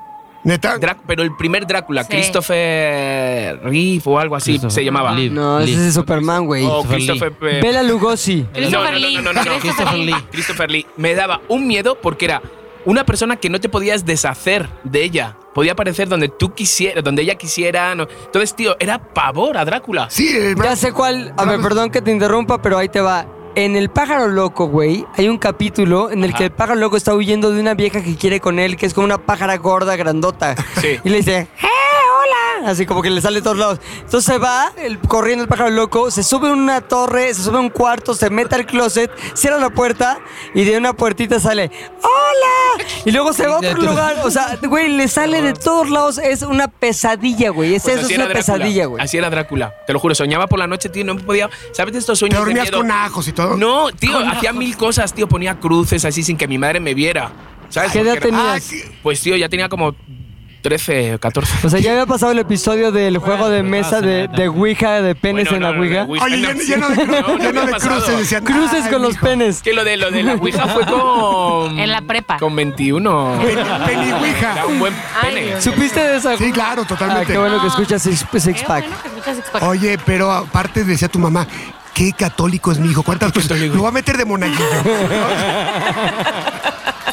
S6: Neta.
S4: Drá- pero el primer Drácula,
S1: Sí.
S4: Christopher Reeve o algo así
S5: Christopher
S4: se llamaba.
S5: Lee.
S2: No, ese es de Superman, güey.
S4: O
S5: Christopher
S4: Christopher. eh,
S2: Bela Lugosi.
S1: Christopher
S4: no, no,
S1: Lee.
S4: no, no, no, no, no.
S1: Christopher Lee.
S4: Christopher Lee. Me daba un miedo porque era una persona que no te podías deshacer de ella. Podía aparecer donde tú quisieras, donde ella quisiera. no. Entonces, tío, era pavor a Drácula.
S6: Sí, eh, el-
S2: Ya sé cuál. A ver,
S6: Vamos.
S2: perdón que te interrumpa, pero ahí te va. En El pájaro loco, güey, hay un capítulo en el que el pájaro loco está huyendo de una vieja que quiere con él, que es como una pájara gorda, grandota.
S4: Sí.
S2: Y le dice, ¡eh, hola! Así como que le sale de todos lados. Entonces se va el- corriendo el pájaro loco, se sube a una torre, se sube a un cuarto, se mete al closet, cierra la puerta y de una puertita sale, ¡hola! Y luego se va a otro lugar. O sea, güey, le sale de todos lados. Es una pesadilla, güey. Es,
S4: Pues
S2: eso
S4: así
S2: es
S4: era
S2: una
S4: Drácula.
S2: pesadilla, güey.
S4: Así era Drácula. Te lo juro, soñaba por la noche, tío, no podía. ¿Sabes de estos
S6: te
S4: sueños? de
S6: dormías
S4: miedo?
S6: con ajos y todo.
S4: No, tío, hacía mil cosas, tío. Ponía cruces así sin que mi madre me viera. ¿Sabes?
S2: ¿Qué edad
S4: Porque era-
S6: Ah,
S2: tenías?
S6: que-
S4: Pues, tío, ya tenía como 13, 14.
S2: O sea, ya había pasado el episodio del juego
S4: pues,
S2: de mesa de, de Ouija, de penes
S4: Bueno,
S2: en
S4: no,
S2: la
S4: no,
S2: Ouija.
S4: no, Ouija.
S6: Oye,
S4: no,
S6: lleno, lleno de,
S4: no, no
S6: lleno
S4: había
S6: de
S4: pasado.
S6: cruces. Decían,
S2: Cruces
S6: "Ay,
S2: con los
S6: mijo".
S2: penes.
S4: Que lo de, lo de la Ouija fue con.
S1: En la prepa.
S4: Con 21.
S6: Peni- peni Ouija.
S4: Era un buen
S1: Ay,
S4: pene.
S1: Dios.
S2: ¿Supiste de esa?
S6: Sí, claro,
S2: Ah,
S6: totalmente.
S2: qué bueno que escuchas Six, Six
S1: Qué
S2: Pack.
S1: Eh, bueno que escuchas Six Pack.
S6: Oye, pero aparte decía tu mamá, qué católico es mi hijo. ¿Cuántas cosas? Lo va a meter de monaguillo.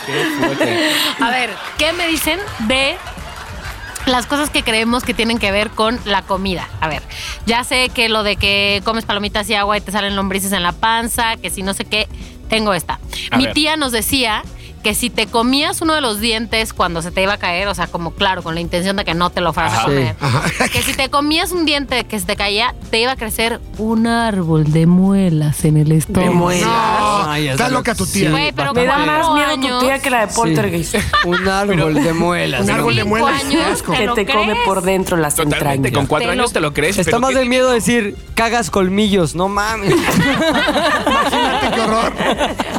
S4: Qué fuerte.
S1: A ver, ¿qué me dicen de las cosas que creemos que tienen que ver con la comida? A ver, ya sé que lo de que comes palomitas y agua y te salen lombrices en la panza, que si no sé qué, tengo esta.
S4: A
S1: Mi
S4: ver.
S1: tía nos decía que si te comías uno de los dientes cuando se te iba a caer, o sea, como claro, con la intención de que no te lo fueras
S4: Ajá.
S1: a comer, que si te comías un diente que se te caía, te iba a crecer un árbol de muelas en el estómago.
S6: No,
S2: Ay, ya
S6: está
S2: sé lo
S6: loca
S2: que-
S6: tu tía.
S1: Güey, pero
S3: Me da
S1: cuatro
S3: más miedo tu
S1: años.
S3: tía que la de Poltergeist.
S2: Sí. Un árbol de muelas.
S6: Un
S2: ¿no?
S6: árbol de
S1: Cinco
S6: muelas.
S1: años,
S6: Qué asco.
S1: ¿Te
S3: Que
S1: lo
S3: te come
S1: crees?
S3: por dentro las
S4: Totalmente, con
S3: entrañas.
S4: cuatro
S1: Te lo-
S4: años te lo crees.
S2: Está
S4: pero
S2: más
S4: qué-
S2: de miedo decir, cagas colmillos, no mames.
S6: Qué horror.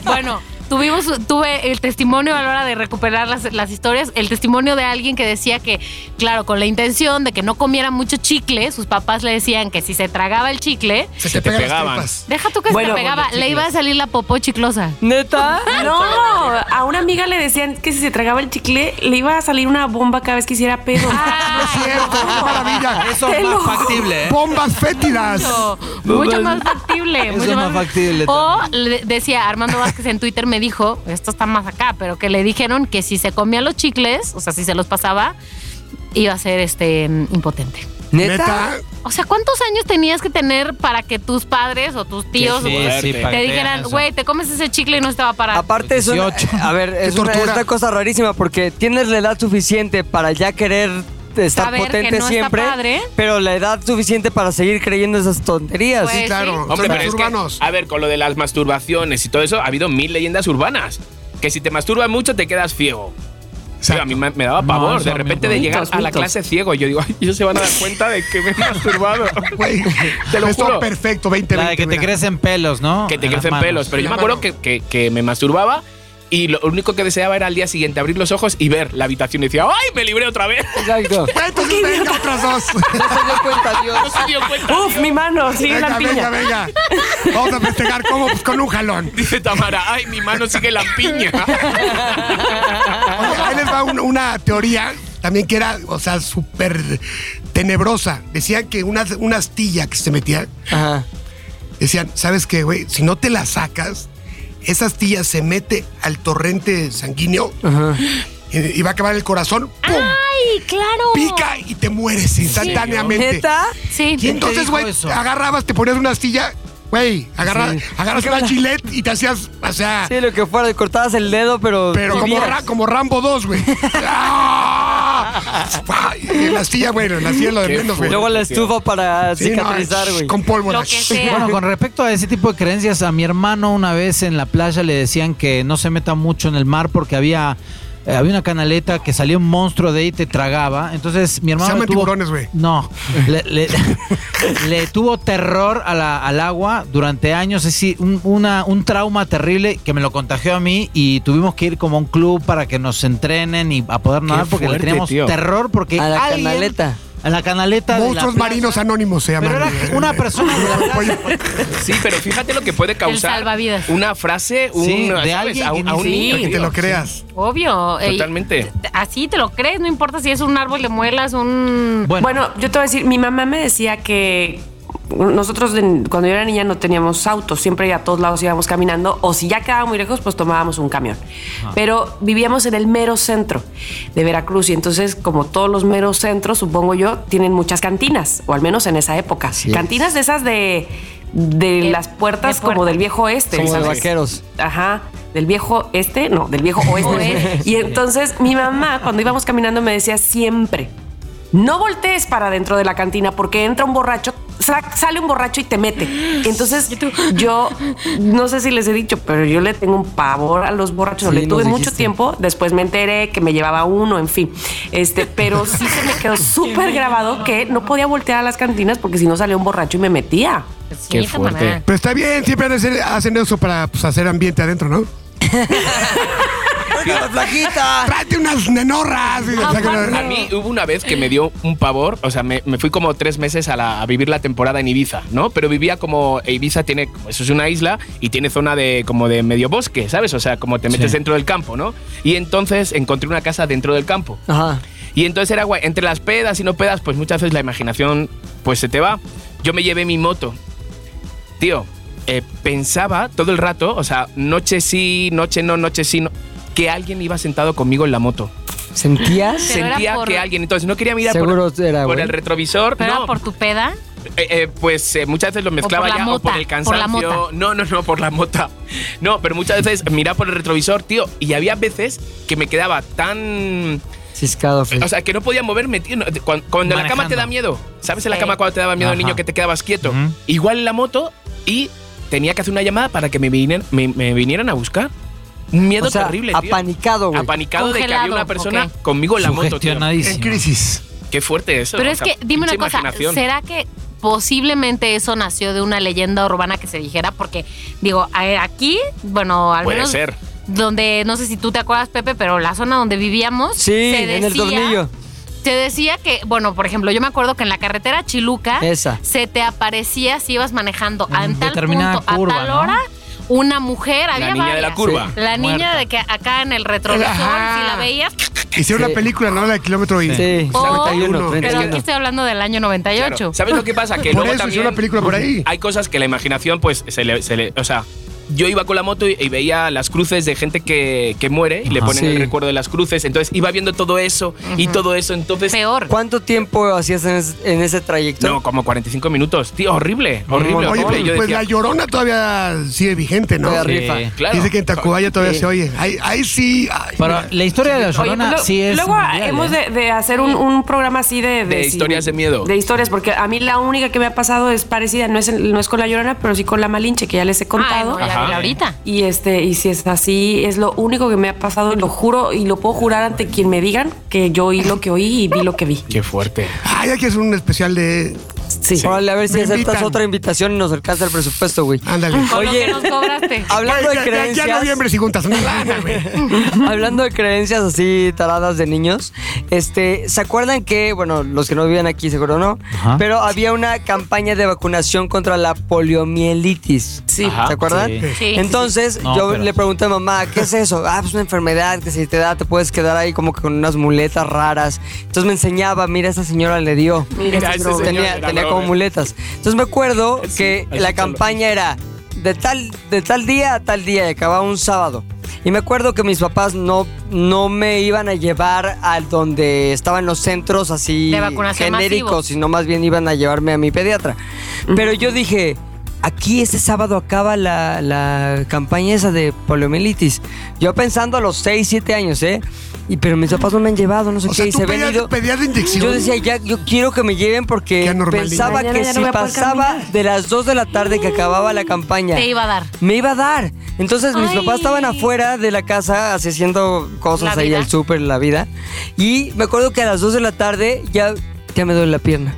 S1: Bueno, tuvimos, tuve el testimonio a la hora de recuperar las, las historias, el testimonio de alguien que decía que, claro, con la intención de que no comiera mucho chicle, sus papás le decían que si se tragaba el chicle,
S6: Se,
S4: Se
S6: te,
S4: te
S6: pegan las
S4: pegaban.
S6: tripas.
S1: deja tú que se
S3: Bueno,
S1: te pegaba,
S3: bueno,
S1: le iba a salir la popó chiclosa.
S2: ¿Neta?
S3: No, a una amiga le decían que si se tragaba el chicle le iba a salir una bomba cada vez que hiciera pedo.
S1: Ah.
S6: No es cierto, qué maravilla.
S5: Eso
S3: Te
S5: es
S3: lo
S5: más
S3: juro.
S5: factible, ¿eh?
S6: Bombas fétidas.
S1: Mucho, mucho más factible.
S5: Eso
S1: mucho
S5: es más factible
S1: O le decía Armando Vázquez en Twitter, me dijo, esto está más acá, pero que le dijeron que si se comía los chicles, o sea, si se los pasaba, iba a ser este impotente.
S2: ¿Neta?
S1: O sea, ¿cuántos años tenías que tener para que tus padres o tus tíos
S5: Sí,
S1: güey,
S5: sí,
S1: te
S5: para que vean
S1: dijeran,
S5: eso.
S1: güey, te comes ese chicle y no se va a parar?
S2: Aparte es una, eh,
S5: 18.
S2: a ver, es una,
S6: tortura.
S2: es una cosa rarísima porque tienes la edad suficiente para ya querer estar
S1: Saber que
S2: potente
S1: no está
S2: siempre,
S1: padre.
S2: pero la edad suficiente para seguir creyendo esas tonterías.
S1: Pues,
S6: Sí, claro.
S4: Hombre,
S6: son
S4: pero es que,
S6: urbanos.
S4: a ver, con lo de las masturbaciones y todo eso, ha habido mil leyendas urbanas. Que si te masturbas mucho te quedas ciego. Tío, a mí me, me daba pavor.
S5: eso
S4: de
S5: a mí
S4: repente
S5: no.
S4: de llegar
S3: Mitos,
S4: a la
S3: mitos.
S4: clase ciego, yo digo, ay, ellos se van a dar cuenta de que me he masturbado.
S6: Güey,
S4: Te lo
S6: esto
S4: juro.
S6: perfecto, 20
S5: La de que te
S6: mira.
S5: crecen pelos, ¿no?
S4: que te
S5: En las
S4: crecen
S5: manos.
S4: pelos. Pero yo me
S6: la
S4: acuerdo
S6: mano.
S4: que, que- que me masturbaba y lo único que deseaba era al día siguiente abrir los ojos y ver la habitación y decía, ¡ay, me libré otra vez!
S2: Exacto.
S6: Ah, Entonces venga, otras dos.
S2: No se dio cuenta,
S4: No
S2: Dios.
S4: se dio cuenta.
S3: Uf, mi mano, sigue
S6: venga,
S3: la
S6: venga,
S3: piña.
S6: venga. Vamos a festejar como pues, con un jalón.
S4: Dice Tamara, ¡ay, mi mano sigue la piña!
S6: Oye, ahí les va un- una teoría también que era, o sea, súper tenebrosa. Decían que una, una astilla que se metía,
S2: Ajá.
S6: decían, ¿sabes qué, güey? Si no te la sacas, esa astilla se mete al torrente sanguíneo y, y va a acabar en el corazón, ¡pum!
S5: Ah,
S1: ¡Ay, claro!
S6: Pica y te mueres instantáneamente.
S2: ¿Neta?
S1: Sí.
S6: Y
S5: ¿Quién te
S6: entonces,
S5: dijo
S6: güey,
S5: eso?
S6: agarrabas, te ponías una astilla, güey, agarra- agarras una chilet y te hacías, o sea,
S2: Sí, lo que fuera, le cortabas el dedo, pero.
S6: pero como,
S2: vivías.
S6: Ra- como Rambo 2, güey. ¡Ah! Y la astilla, güey, la astilla es lo de
S4: Qué
S6: menos, güey.
S2: Luego la estufa para
S6: Sí, no,
S2: cicatrizar,
S6: shh,
S2: güey.
S6: Con pólvora.
S1: Lo que
S6: shh.
S1: sea.
S5: Bueno, con respecto a ese tipo de creencias, a mi hermano una vez en la playa le decían que no se meta mucho en el mar porque había, eh, había una canaleta que salía un monstruo de ahí y te tragaba. Entonces mi hermano...
S6: Se llaman
S5: le tuvo-
S6: tiburones, güey.
S5: No, le, le- le tuvo terror a la- al agua durante años, es decir, un, una- un trauma terrible que me lo contagió a mí y tuvimos que ir como a un club para que nos entrenen y a poder nadar porque
S4: fuerte,
S5: le teníamos
S4: tío.
S5: terror porque
S2: A la
S5: alguien-
S2: canaleta.
S5: a la canaleta de la
S6: Monstruos
S5: playa-
S6: marinos anónimos se llaman.
S5: pero era
S6: güey.
S5: una persona de la playa,
S4: Sí, pero fíjate lo que puede causar
S1: salvavidas.
S4: una frase, un,
S5: Sí, de
S4: ¿sabes?
S5: alguien
S4: a, un-
S5: que
S4: a un
S1: ni-
S4: niño.
S1: Sí.
S6: Que te
S4: tío.
S6: lo creas.
S1: Obvio. ey,
S4: Totalmente.
S1: t- así te lo crees, no importa si es un árbol de muelas, un.
S5: Bueno,
S3: Bueno, yo te voy a decir, mi mamá me decía que nosotros de- cuando yo era niña no teníamos autos, siempre a todos lados íbamos caminando o si ya quedaba muy lejos pues tomábamos un camión. Pero vivíamos en el mero centro de Veracruz y entonces como todos los meros centros, supongo yo, tienen muchas cantinas, o al menos en esa época. cantinas de esas de, de
S1: De-
S3: las puertas
S1: Eh, de puerta.
S3: como del viejo oeste.
S2: Como de
S3: ¿sabes?
S2: vaqueros.
S3: Ajá, del viejo este, no, del viejo oeste. y entonces mi mamá, cuando íbamos caminando, me decía siempre: no voltees para dentro de la cantina porque entra un borracho, sa- sale un borracho y te mete. Entonces yo no sé si les he dicho, pero yo le tengo un pavor a los borrachos.
S2: Sí,
S3: le tuve
S2: nos
S3: mucho
S2: dijiste.
S3: tiempo, después me enteré que me llevaba uno, en fin. Este, pero sí se me quedó súper grabado que no podía voltear a las cantinas porque si no salía un borracho y me metía.
S1: Sí,
S4: Qué
S1: Tamara.
S4: fuerte.
S6: Pero está bien, siempre han de ser- hacen eso para pues, hacer ambiente adentro, ¿no?
S2: ¡Venga, la flajita!
S6: Tráete unas nenorras.
S2: Ah,
S6: y- o sea, que-
S4: A mí hubo una vez que me dio un pavor, o sea, me, me fui como tres meses a, la- a vivir la temporada en Ibiza, ¿no? Pero vivía como e Ibiza tiene, como eso es una isla y tiene zona de como de medio bosque, ¿sabes? O sea, como te metes
S5: Sí.
S4: dentro del campo, ¿no? Y entonces encontré una casa dentro del campo.
S2: Ajá.
S4: Y entonces era guay, entre las pedas y no pedas, pues muchas veces la imaginación pues se te va. Yo me llevé mi moto. Tío, eh, pensaba todo el rato, o sea, noche sí, noche no, noche sí, no, que alguien iba sentado conmigo en la moto.
S2: ¿Sentías?
S1: Pero era
S4: Sentía
S1: por-
S4: que alguien, entonces no quería mirar
S2: Seguro
S4: por,
S2: era,
S4: por
S2: güey.
S4: el retrovisor.
S1: Pero
S4: no,
S1: era por tu peda.
S4: eh, eh, pues eh, muchas veces lo mezclaba
S1: la
S4: ya o
S1: mota,
S4: por el
S1: por la
S4: cansancio.
S1: mota.
S4: No, no, no, por la mota. No, pero muchas veces miraba por el retrovisor, tío, y había veces que me quedaba tan
S2: Ciscado, Fred.
S4: o sea, que no podía moverme, tío. No, Cuando, cuando en la
S5: Manejando.
S4: cama te da miedo. ¿Sabes en la
S1: Sí.
S4: cama cuando te daba miedo
S5: Ajá.
S4: niño que te quedabas quieto?
S5: Ujú.
S4: Igual en la moto y tenía que hacer una llamada para que me vinieran, me, me vinieran a buscar. Un miedo
S2: O sea,
S4: terrible, tío.
S2: apanicado, güey.
S4: Apanicado de que había
S1: Congelado,
S4: una persona
S1: ok.
S4: conmigo en la moto, tío.
S6: En crisis.
S4: Qué fuerte eso.
S1: Pero
S4: o
S1: es
S4: sea,
S1: que, dime una
S4: pinche
S1: cosa,
S4: imaginación.
S1: ¿será que posiblemente eso nació de una leyenda urbana que se dijera? Porque, digo, a- aquí, bueno, al
S4: Puede
S1: menos
S4: ser.
S1: donde, no sé si tú te acuerdas, Pepe, pero la zona donde vivíamos,
S2: Sí,
S1: se
S2: en el
S1: decía-
S2: tornillo.
S1: Se decía que, bueno, por ejemplo, yo me acuerdo que en la carretera Chiluca
S2: Esa.
S1: se te aparecía si ibas manejando a
S5: En
S1: tal
S5: determinada
S1: punto,
S5: curva,
S1: a tal
S5: ¿no?
S1: hora, una mujer, había
S4: niña de la
S1: varias.
S4: curva. Ah,
S1: La niña
S5: Muerta.
S1: de que acá en el retrovisor,
S6: Ajá.
S1: si la veías,
S6: Hicieron
S2: Sí.
S6: una película, ¿no? La de kilómetro y.
S2: Sí,
S1: O- pero
S2: 51,
S1: aquí
S2: 31.
S1: estoy hablando del año 98.
S4: Claro. ¿Sabes lo que pasa? Que
S6: Por
S4: luego
S6: eso hicieron
S4: también
S6: una película por ahí.
S4: hay cosas que la imaginación, pues, se le. se le- o sea, yo iba con la moto y, y veía las cruces de gente que, que muere y le
S5: Ajá.
S4: ponen el
S2: Sí.
S4: recuerdo de las cruces. Entonces iba viendo todo eso y todo eso. Entonces.
S1: Peor.
S2: ¿Cuánto tiempo hacías en ese, en ese trayecto?
S4: No, como 45 minutos. Tío, horrible. Horrible.
S6: Oye,
S4: horrible.
S6: pues,
S4: Yo
S6: pues
S4: decía,
S6: la llorona todavía sigue vigente, ¿no?
S2: Todavía
S5: Sí.
S2: rifa.
S4: claro.
S6: Dice que en Tacubaya todavía se oye. Ahí, ahí sí. ay,
S5: Pero la historia de la
S3: Oye,
S5: Llorona
S3: pues, lo-
S5: sí es.
S3: Luego
S5: mundial,
S3: hemos
S5: ¿eh?
S3: de, de hacer un, un programa así de,
S4: De historias de miedo.
S3: De historias, porque a mí la única que me ha pasado es parecida, no es, en- no es con la Llorona, pero sí con la Malinche, que ya les he contado.
S1: Ay, no, ya hacer ahorita.
S3: Y este, y si es así, es lo único que me ha pasado, lo juro, y lo puedo jurar ante quien me digan que yo oí lo que oí y vi lo que vi.
S4: Qué fuerte.
S6: Ay, hay que hacer un especial de.
S3: Sí.
S2: Órale, a ver si
S6: Me
S2: aceptas
S6: invitan.
S2: otra invitación y nos alcanza el presupuesto, güey.
S6: Ándale.
S1: Con lo
S2: Oye. Ah,
S1: que nos cobraste.
S2: Hablando de
S6: Ya- ya-
S2: creencias.
S6: Ya noviembre si juntas una lana, güey.
S2: Hablando de creencias así taradas de niños, este, ¿se acuerdan que, bueno, los que no viven aquí seguro no,
S5: Ajá.
S2: pero había una campaña de vacunación contra la poliomielitis?
S3: Sí.
S4: Ajá.
S2: ¿Se acuerdan?
S5: sí.
S1: Sí.
S2: Entonces
S5: No,
S2: yo
S5: pero
S2: le
S5: sí.
S2: pregunté a mamá, ¿qué es eso? Ah, pues una enfermedad que si te da te puedes quedar ahí como que con unas muletas raras. Entonces me enseñaba, mira, esa señora le dio.
S4: Mira,
S2: Entonces,
S4: ese señor
S2: tenía,
S4: era ¿eh?
S2: tenía
S4: brother.
S2: como muletas. Entonces me acuerdo
S4: Sí,
S2: que
S4: así
S2: la
S4: son los-
S2: campaña era de tal, de tal día a tal día y acababa un sábado. Y me acuerdo que mis papás no, no me iban a llevar al donde estaban los centros así
S1: De vacunación
S2: genéricos,
S1: masivo.
S2: sino más bien iban a llevarme a mi pediatra. Pero yo dije, aquí este sábado acaba la, la campaña esa de poliomielitis. Yo pensando a los 6, 7 años, ¿eh? Y, pero mis papás no me han llevado, no sé
S6: O
S2: qué,
S6: sea,
S2: y
S6: tú
S2: se ven
S6: pedías,
S2: ido.
S6: pedías la inyección.
S2: Yo decía, ya, yo quiero que me lleven
S6: Qué
S2: porque
S6: anormalidad.
S2: pensaba
S3: Mañana
S2: que
S3: ya no
S2: si
S3: voy a poder
S2: pasaba
S3: caminar.
S2: de las 2 de la tarde que acababa la campaña,
S1: Te iba a dar.
S2: me iba a dar. Entonces mis
S1: Ay.
S2: papás estaban afuera de la casa así, haciendo cosas
S1: La
S2: ahí,
S1: vida.
S2: el súper, la vida. Y me acuerdo que a las 2 de la tarde ya, ya me duele la pierna.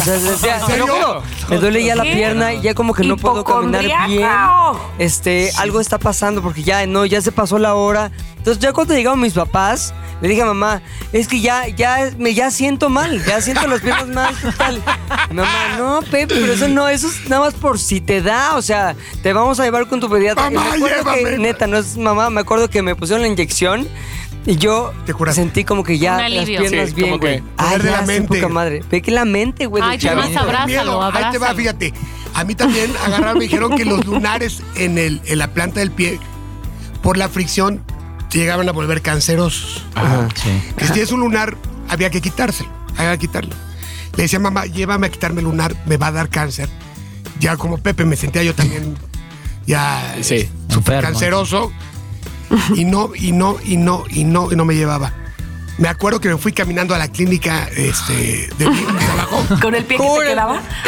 S2: O sea, decía,
S6: ¿En serio?
S2: "Te lo juro, me duele ya la
S3: ¿Qué?
S2: pierna y ya como que no puedo caminar bien.
S3: ¡Hipocondríaco!
S2: Este, algo está pasando porque ya no, ya se pasó la hora. Entonces ya cuando llegaron mis papás, le dije a mamá, es que ya, ya, me, ya siento mal, ya siento las piernas mal, tal. Mi Mamá, no, Pepe, pero eso no, eso es nada más por si te da, o sea, te vamos a llevar con tu pediatra. Y
S6: Mamá,
S2: me acuerdo que,
S6: llévame.
S2: neta, no es mamá, me acuerdo que me pusieron la inyección y yo
S6: Te curaste.
S2: sentí como que ya
S1: Un
S2: las
S1: alivio.
S2: piernas
S4: Sí,
S2: bien,
S4: como que
S2: güey.
S4: poder
S2: Ay,
S6: de
S2: ya,
S6: la
S2: sí,
S6: mente.
S2: poca madre. Ve que la mente, güey, de
S1: Ay, tú más
S2: chavito.
S1: sabrás. Abrázalo,
S6: Miedo. Ahí te va,
S1: abrázalo.
S6: fíjate. A mí también agarraron, me dijeron que los lunares en, el, en la planta del pie, por la fricción, se llegaban a volver cancerosos.
S5: Ajá, sí.
S6: Que si tienes un lunar, había que quitárselo. Había que quitarlo. Le decía, mamá, llévame a quitarme el lunar, me va a dar cáncer. Ya como Pepe me sentía yo también ya
S4: Sí,
S6: súper
S5: enfermo.
S6: canceroso. Y no, y no, y no, y no, y no me llevaba. Me acuerdo que me fui caminando a la clínica este, de mi trabajo.
S3: Con el pie que te
S2: Cúralo.
S3: quedaba.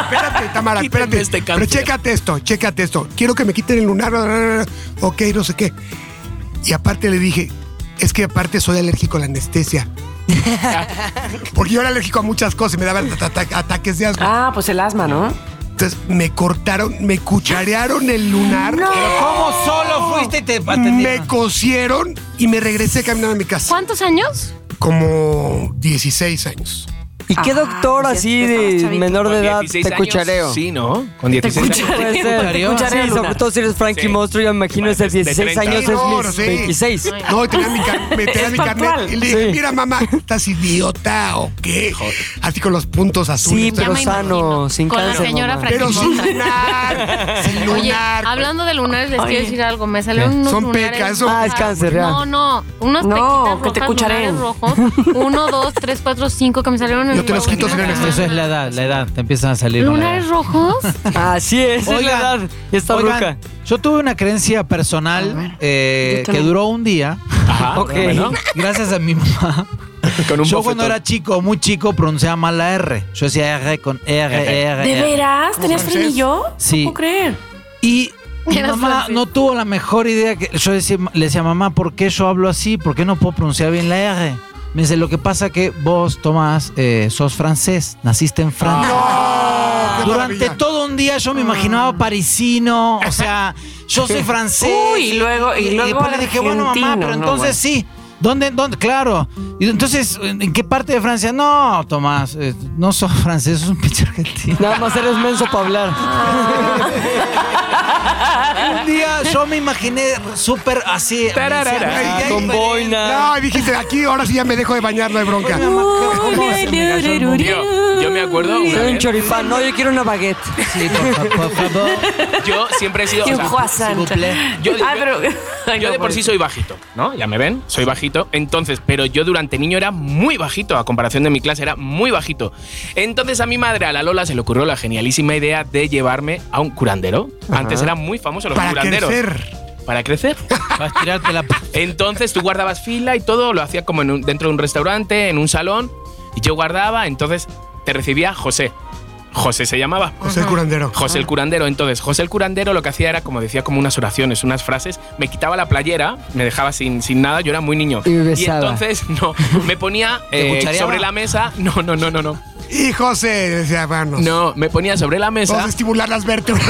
S6: Espérate, Tamara,
S4: Quítenme
S6: espérate.
S4: este
S6: Pero
S4: cáncer.
S6: chécate esto, chécate esto. Quiero que me quiten el lunar. bla, bla, bla, bla. Ok, no sé qué. Y aparte le dije, es que aparte soy alérgico a la anestesia. Porque yo era alérgico a muchas cosas y me daban ata- ata- ataques de asma.
S3: Ah, pues el asma, ¿no?
S6: Entonces me cortaron, me cucharearon el lunar,
S5: Pero ¿cómo solo fuiste y te
S6: me
S5: atendieron?
S6: cosieron y me regresé caminando a mi casa.
S1: ¿Cuántos años?
S6: Como 16 años.
S2: ¿Y qué
S3: Ah,
S2: doctor
S3: ya
S2: así
S3: estabas
S2: de
S3: chavito.
S2: menor de
S4: Con
S2: edad
S4: 16
S2: te
S4: años,
S2: cuchareo?
S4: Sí, ¿no? Con 16
S3: cuchareo.
S4: años.
S2: Puede ser.
S5: Te
S3: cuchareo,
S2: Sí, sobre
S3: Luna.
S2: todo si eres Frankie
S4: Sí.
S2: Monstruo, yo me imagino
S4: Bueno,
S2: ese
S4: de
S2: 16
S4: 30
S2: años
S4: años.
S2: es
S6: Ahora
S2: mis
S6: sí.
S2: 26.
S6: No, y tenía mi, car- me tenía
S3: Es
S6: mi carnet.
S3: factual.
S6: Y le dije,
S2: Sí.
S6: mira, mamá, ¿estás idiota o qué? Así con los puntos azules.
S2: Sí, Pero
S1: ya me
S2: sano,
S1: imagino.
S2: sin
S1: Con
S2: cáncer,
S1: la señora
S2: mamá.
S6: Pero sin
S1: Frankenmonster.
S6: lunar, sin lunar.
S1: Oye, hablando de lunares, les quiero
S3: Oye.
S1: decir algo. Me salieron
S5: ¿Qué?
S1: unos
S6: Son
S1: lunares
S6: pecas, son-
S2: Ah, es cáncer, ya.
S1: No, no. Unos
S3: No,
S1: pequitas
S3: que te
S1: rojas,
S3: cuchareen.
S1: lunares rojos. Uno, dos, tres, cuatro, cinco que me salieron en
S6: Yo te los quito sin
S1: lunares.
S5: Eso es la edad, la edad. Te empiezan a salir. con la edad.
S1: ¿Lunares rojos?
S2: Así es, es la edad. Y esta
S5: oigan,
S2: ruca.
S5: Yo tuve una creencia personal eh,
S3: yo Ah,
S5: que
S3: también.
S5: duró un día,
S4: Ajá,
S2: Ok.
S4: bueno,
S5: gracias a mi mamá.
S4: con un
S5: yo
S4: bofetón.
S5: cuando era chico, muy chico, pronunciaba mal la R. Yo decía R con R,
S4: Ejé.
S5: R,
S3: ¿De
S5: R.
S3: veras? ¿Tenías
S6: francés?
S3: frenillo?
S5: Sí.
S3: No puedo creer.
S5: Y mi
S1: Era
S5: mamá
S1: francés.
S5: no tuvo la mejor idea. que Yo decía- le decía, mamá, ¿por qué yo hablo así? ¿Por qué no puedo pronunciar bien la R? Me dice, lo que pasa que vos, Tomás, eh, sos francés, naciste en Francia.
S6: ¡Qué
S5: Durante
S6: maravilla!
S5: todo un día yo me imaginaba parisino, o sea, yo soy francés.
S3: Uy, y luego- y luego
S5: después le dije, bueno, mamá,
S3: argentino,
S5: pero
S3: no,
S5: entonces
S3: bueno.
S5: sí. ¿Dónde, dónde? Claro. Y entonces, ¿en en qué parte de Francia? No, Tomás, eh, no sos francés, sos un pinche argentino.
S2: Nada más eres menso para hablar.
S5: Un día yo me imaginé súper así.
S4: Tararara,
S5: decía,
S2: con
S5: "Ay,
S2: boina.
S6: No, y dijiste, aquí ahora sí ya me dejo de bañar, no hay bronca.
S5: mamá, ¿cómo se me cayó el mundo?".
S4: Yo- yo me acuerdo una
S2: Soy un
S4: vez,
S2: choripán. No, yo quiero una baguette.
S5: Sí, por, fa- por favor.
S4: yo siempre he sido... o
S3: Y un
S4: sea,
S3: croissant.
S5: s'il vous plaît.
S4: yo,
S3: Ah,
S4: yo-
S3: pero. Ay,
S4: yo
S3: no,
S4: de por sí soy bajito, ¿no? Ya me ven, soy bajito. Entonces, pero yo durante niño era muy bajito, a comparación de mi clase, era muy bajito. Entonces a mi madre, a la Lola, se le ocurrió la genialísima idea de llevarme a un curandero. Antes eran muy famosos los
S6: Para
S4: curanderos.
S6: crecer.
S4: Para crecer.
S5: Vas a tirarte la...
S4: Entonces tú guardabas fila y todo, lo hacía como en un- dentro de un restaurante, en un salón, y yo guardaba, entonces te recibía José. José se llamaba.
S6: José el curandero.
S4: José el curandero. Entonces, José el curandero lo que hacía era, como decía, como unas oraciones, unas frases. Me quitaba la playera, me dejaba sin, sin nada, yo era muy niño.
S2: Y me besaba.
S4: entonces, no, me ponía
S5: ¿Te
S4: eh,
S5: cuchareaba?
S4: sobre la mesa. No, no, no, no, no.
S6: Y José decía, vámonos.
S4: No, me ponía sobre la mesa.
S6: Vamos a estimular las vértebras.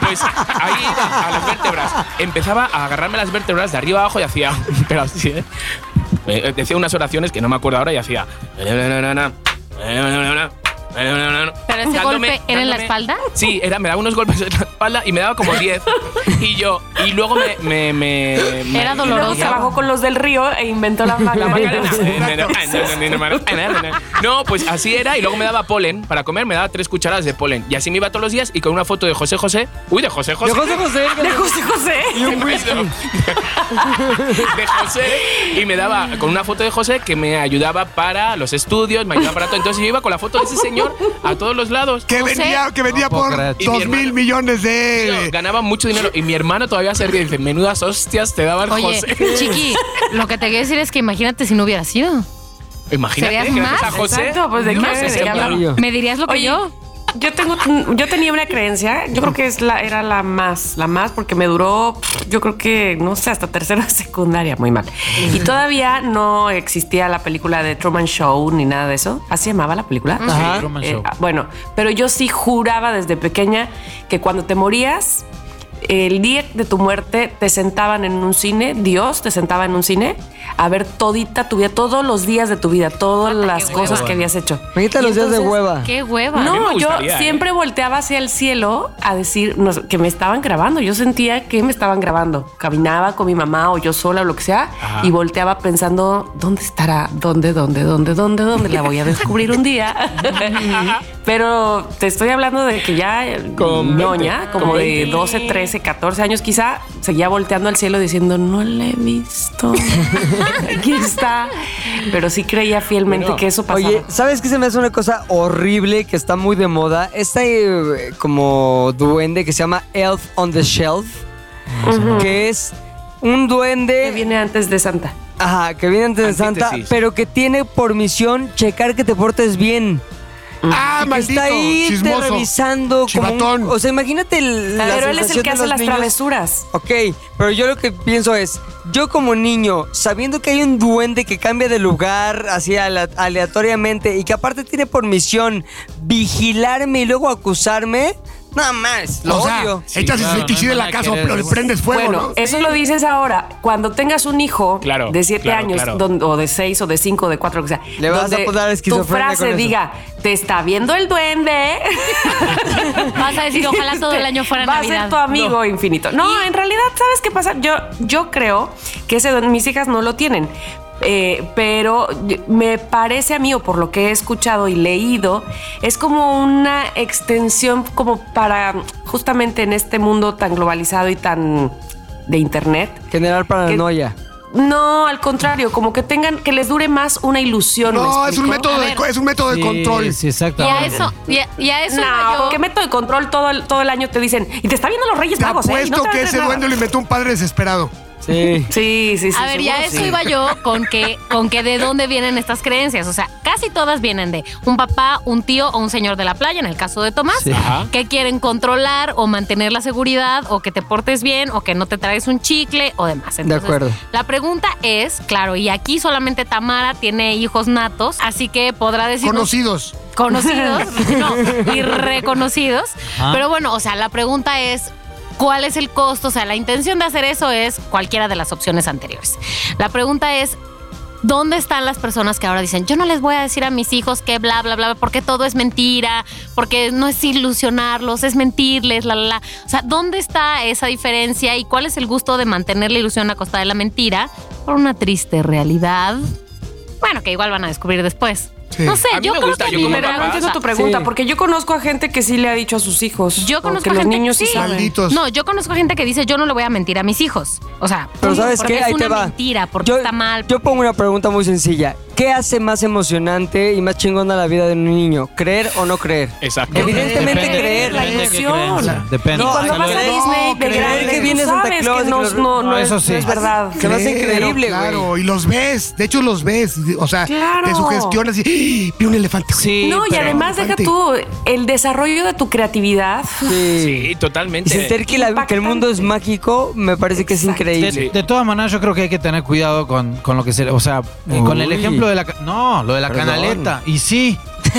S4: Pues ahí iba, a las vértebras. Empezaba a agarrarme las vértebras de arriba abajo y hacía. Pero así, ¿eh? Eh, Decía unas oraciones que no me acuerdo ahora y hacía.
S1: ¿Pero ese golpe era en la espalda?
S4: Sí, era, me daba unos golpes en la espalda y me daba como 10. Y yo, y luego me. me, me- me-
S1: Era
S3: Luego
S1: doloroso.
S3: trabajó con los del río e inventó la
S4: La Macarena. Eh,
S3: Macarena.
S4: No, pues así era y luego me daba polen para comer, me daba tres cucharadas de polen. Y así me iba todos los días y con una foto de José José. Uy, de José José.
S2: Yo José José.
S3: De José José.
S4: de José y me daba con una foto de José que me ayudaba para los estudios, me ayudaba para todo. Entonces yo iba con la foto de ese señor a todos los lados.
S6: que
S1: José.
S6: venía, que venía
S5: No puedo creer.
S6: por
S4: Y mi
S6: dos
S4: hermano.
S6: mil millones
S4: Tío,
S6: de.
S4: ganaba mucho dinero y mi hermano todavía se ríe y dice, menudas hostias te daba el
S1: Oye,
S4: José.
S1: Chiqui, lo que te quiero decir es que imagínate si no hubiera sido.
S4: Imagínate,
S1: ¿serías
S4: gracias a
S1: más?
S4: José.
S3: Exacto, pues, ¿de
S4: no
S3: qué-
S4: sé,
S3: de qué
S4: señor.
S3: hablamos?
S1: ¿Me dirías lo que
S3: Oye,
S1: yo?
S3: Yo tengo, yo tenía una creencia, yo creo que es la, era la más, la más, porque me duró, pff, yo creo que, no sé, hasta tercera de secundaria, muy mal. Y todavía no existía la película de Truman Show ni nada de eso. Así llamaba la película.
S5: Ajá. Sí, Truman Show.
S3: ah, bueno, pero yo sí juraba desde pequeña que cuando te morías, el día de tu muerte te sentaban en un cine, Dios te sentaba en un cine a ver todita tu vida, todos los días de tu vida, todas
S1: Ah, qué
S3: las cosas
S1: hueva.
S3: que habías hecho.
S2: Imagínate los
S3: Y
S2: días de
S3: entonces,
S2: hueva.
S1: Qué hueva.
S4: mí me
S3: no, yo
S4: gustaría, ¿eh?
S3: siempre volteaba hacia el cielo a decir no sé, que me estaban grabando. Yo sentía que me estaban grabando. Caminaba con mi mamá o yo sola o lo que sea y volteaba pensando dónde estará, dónde, dónde, dónde, dónde, dónde la voy a descubrir un día. Pero te estoy hablando de que ya eh,
S4: Con
S3: ñoña,
S4: 20,
S3: como
S4: con
S3: de
S4: 20.
S3: 12, 13, 14 años, quizá seguía volteando al cielo diciendo no la he visto. Aquí está. Pero sí creía fielmente
S4: Bueno,
S3: que eso pasaba.
S2: Oye, ¿sabes qué se me hace una cosa horrible que está muy de moda? Este eh, como duende que se llama Elf on the Shelf, que es un
S3: ¿Qué
S2: duende
S3: viene antes de Santa?
S2: ajá, que viene antes de Santa,
S4: Antítesis.
S2: pero que tiene por misión checar que te portes bien.
S6: Ah,
S2: Que
S6: maldito.
S2: está ahí te
S6: chismoso.
S2: revisando como un-
S6: Chivatón.
S2: o sea, imagínate el, la
S3: pero él es el
S2: sensación
S3: que
S2: de
S3: hace
S2: los
S3: las
S2: niños.
S3: travesuras.
S2: Ok, pero yo lo que pienso es, yo como niño, sabiendo que hay un duende que cambia de lugar así ale- aleatoriamente y que aparte tiene por misión vigilarme y luego acusarme, nada más, lo
S6: o sea,
S2: odio.
S6: echas
S5: claro,
S6: insecticida
S5: no
S6: en
S5: hay nada
S6: la casa,
S5: que ver,
S6: pero le
S5: güey.
S6: prendes fuego,
S3: bueno,
S6: ¿no?
S3: eso lo dices ahora. Cuando tengas un hijo
S4: Claro,
S3: de 7
S4: claro,
S3: años,
S4: claro.
S3: don- o de 6, o de 5, o de 4, o sea,
S2: Le vas a
S3: donde
S2: poner
S3: tu
S2: esquizofrenia con
S3: frase
S2: eso.
S3: diga, te está viendo el duende.
S1: Vas a decir, ojalá todo el año fuera
S3: Este, Va a
S1: Navidad.
S3: ser tu amigo infinito. No, en realidad, ¿sabes qué pasa? Yo, yo creo que ese don, mis hijas no lo tienen. eh, pero me parece a mí, o por lo que he escuchado y leído, es como una extensión como para justamente en este mundo tan globalizado y tan de internet,
S2: Generar paranoia.
S3: no, al contrario, como que tengan, que les dure más una ilusión. ¿me
S6: No, es un
S3: explico?
S6: método, de, co- es un método de control.
S5: Sí,
S1: Y
S5: exacto.
S1: a eso, y a, y a eso iba
S3: No,
S1: yo.
S3: porque método de conol todo el, todo el año te dicen, y te está viendo los Reyes
S6: Te
S3: Magos, ¿eh? Y
S6: apuesto
S3: no te va a
S6: que
S3: creer
S6: ese
S3: nada".
S6: duende lo inventó un padre desesperado.
S2: Sí.
S3: Sí, sí, sí.
S1: A ver, ya
S3: seguro
S1: eso
S3: sí.
S1: iba yo con que, con que de dónde vienen estas creencias. O sea, casi todas vienen de un papá, un tío o un señor de la playa, en el caso de Tomás,
S5: Sí.
S4: Ajá.
S1: que quieren controlar o mantener la seguridad o que te portes bien o que no te traes un chicle o demás. Entonces,
S2: acuerdo.
S1: La pregunta es, claro, y aquí solamente Tamara tiene hijos natos, así que podrá decirnos
S6: Conocidos.
S1: conocidos no, y reconocidos.
S5: Ah.
S1: Pero bueno, o sea, la pregunta es, ¿cuál es el costo? O sea, la intención de hacer eso es cualquiera de las opciones anteriores. La pregunta es, ¿dónde están las personas que ahora dicen, yo no les voy a decir a mis hijos que bla, bla, bla, porque todo es mentira, porque no es ilusionarlos, es mentirles, la, la, la? O sea, ¿dónde está esa diferencia y cuál es el gusto de mantener la ilusión a costa de la mentira por una triste realidad? Bueno, que igual van a descubrir después.
S6: Sí.
S1: No sé,
S4: A mí
S1: yo
S4: me
S1: creo
S4: gusta,
S1: que
S4: yo
S1: ni-
S4: como
S3: Pero
S4: papá,
S3: no entiendo
S4: o sea,
S3: tu pregunta,
S2: sí.
S3: porque yo conozco a gente que sí le ha dicho a sus hijos.
S1: Yo
S3: o
S1: conozco
S3: que
S1: a
S3: los
S1: gente-
S3: niños sí,
S1: sí.
S3: saben.
S6: Malditos.
S1: No, yo conozco gente que dice yo no le voy a mentir a mis hijos. O sea,
S2: Pero
S1: punto,
S2: ¿sabes
S1: porque
S2: qué?
S1: es
S2: Ahí
S1: una
S2: te va.
S1: mentira, porque
S2: yo,
S1: está mal.
S2: Yo pongo una pregunta muy sencilla. ¿Qué hace más emocionante y más chingona la vida de un niño? ¿Creer o no creer?
S4: Exacto.
S2: Evidentemente
S3: Depende,
S2: creer.
S3: la
S5: depende de qué
S3: emoción.
S5: creencia, depende.
S3: Y cuando
S2: No,
S3: vas a
S2: no,
S3: Disney de
S2: creer
S3: grande,
S2: que viene
S3: tú
S2: Santa
S3: sabes
S2: Claus y
S3: que no,
S2: los-
S3: no, no
S5: No,
S3: es,
S5: eso sí.
S3: no es verdad.
S2: Se me hace
S6: Claro,
S2: increíble, güey.
S6: Claro, y los ves. De hecho, los ves. O sea,
S3: Claro.
S6: te sugestionas y ¡Ah! vi un elefante. güey".
S5: Sí,
S3: no, y
S5: pero-
S3: además deja
S6: Constante.
S3: tú el desarrollo de tu creatividad.
S2: Sí.
S4: Sí, totalmente.
S2: Y sentir que, la- que el mundo es mágico me parece que es
S3: Exacto.
S2: increíble.
S5: De, de todas maneras, yo creo que hay que tener cuidado con, con lo que se. O sea, eh, con el
S2: Uy.
S5: ejemplo de la. ca- No, lo de la
S2: Perdón.
S5: canaleta. Y sí. O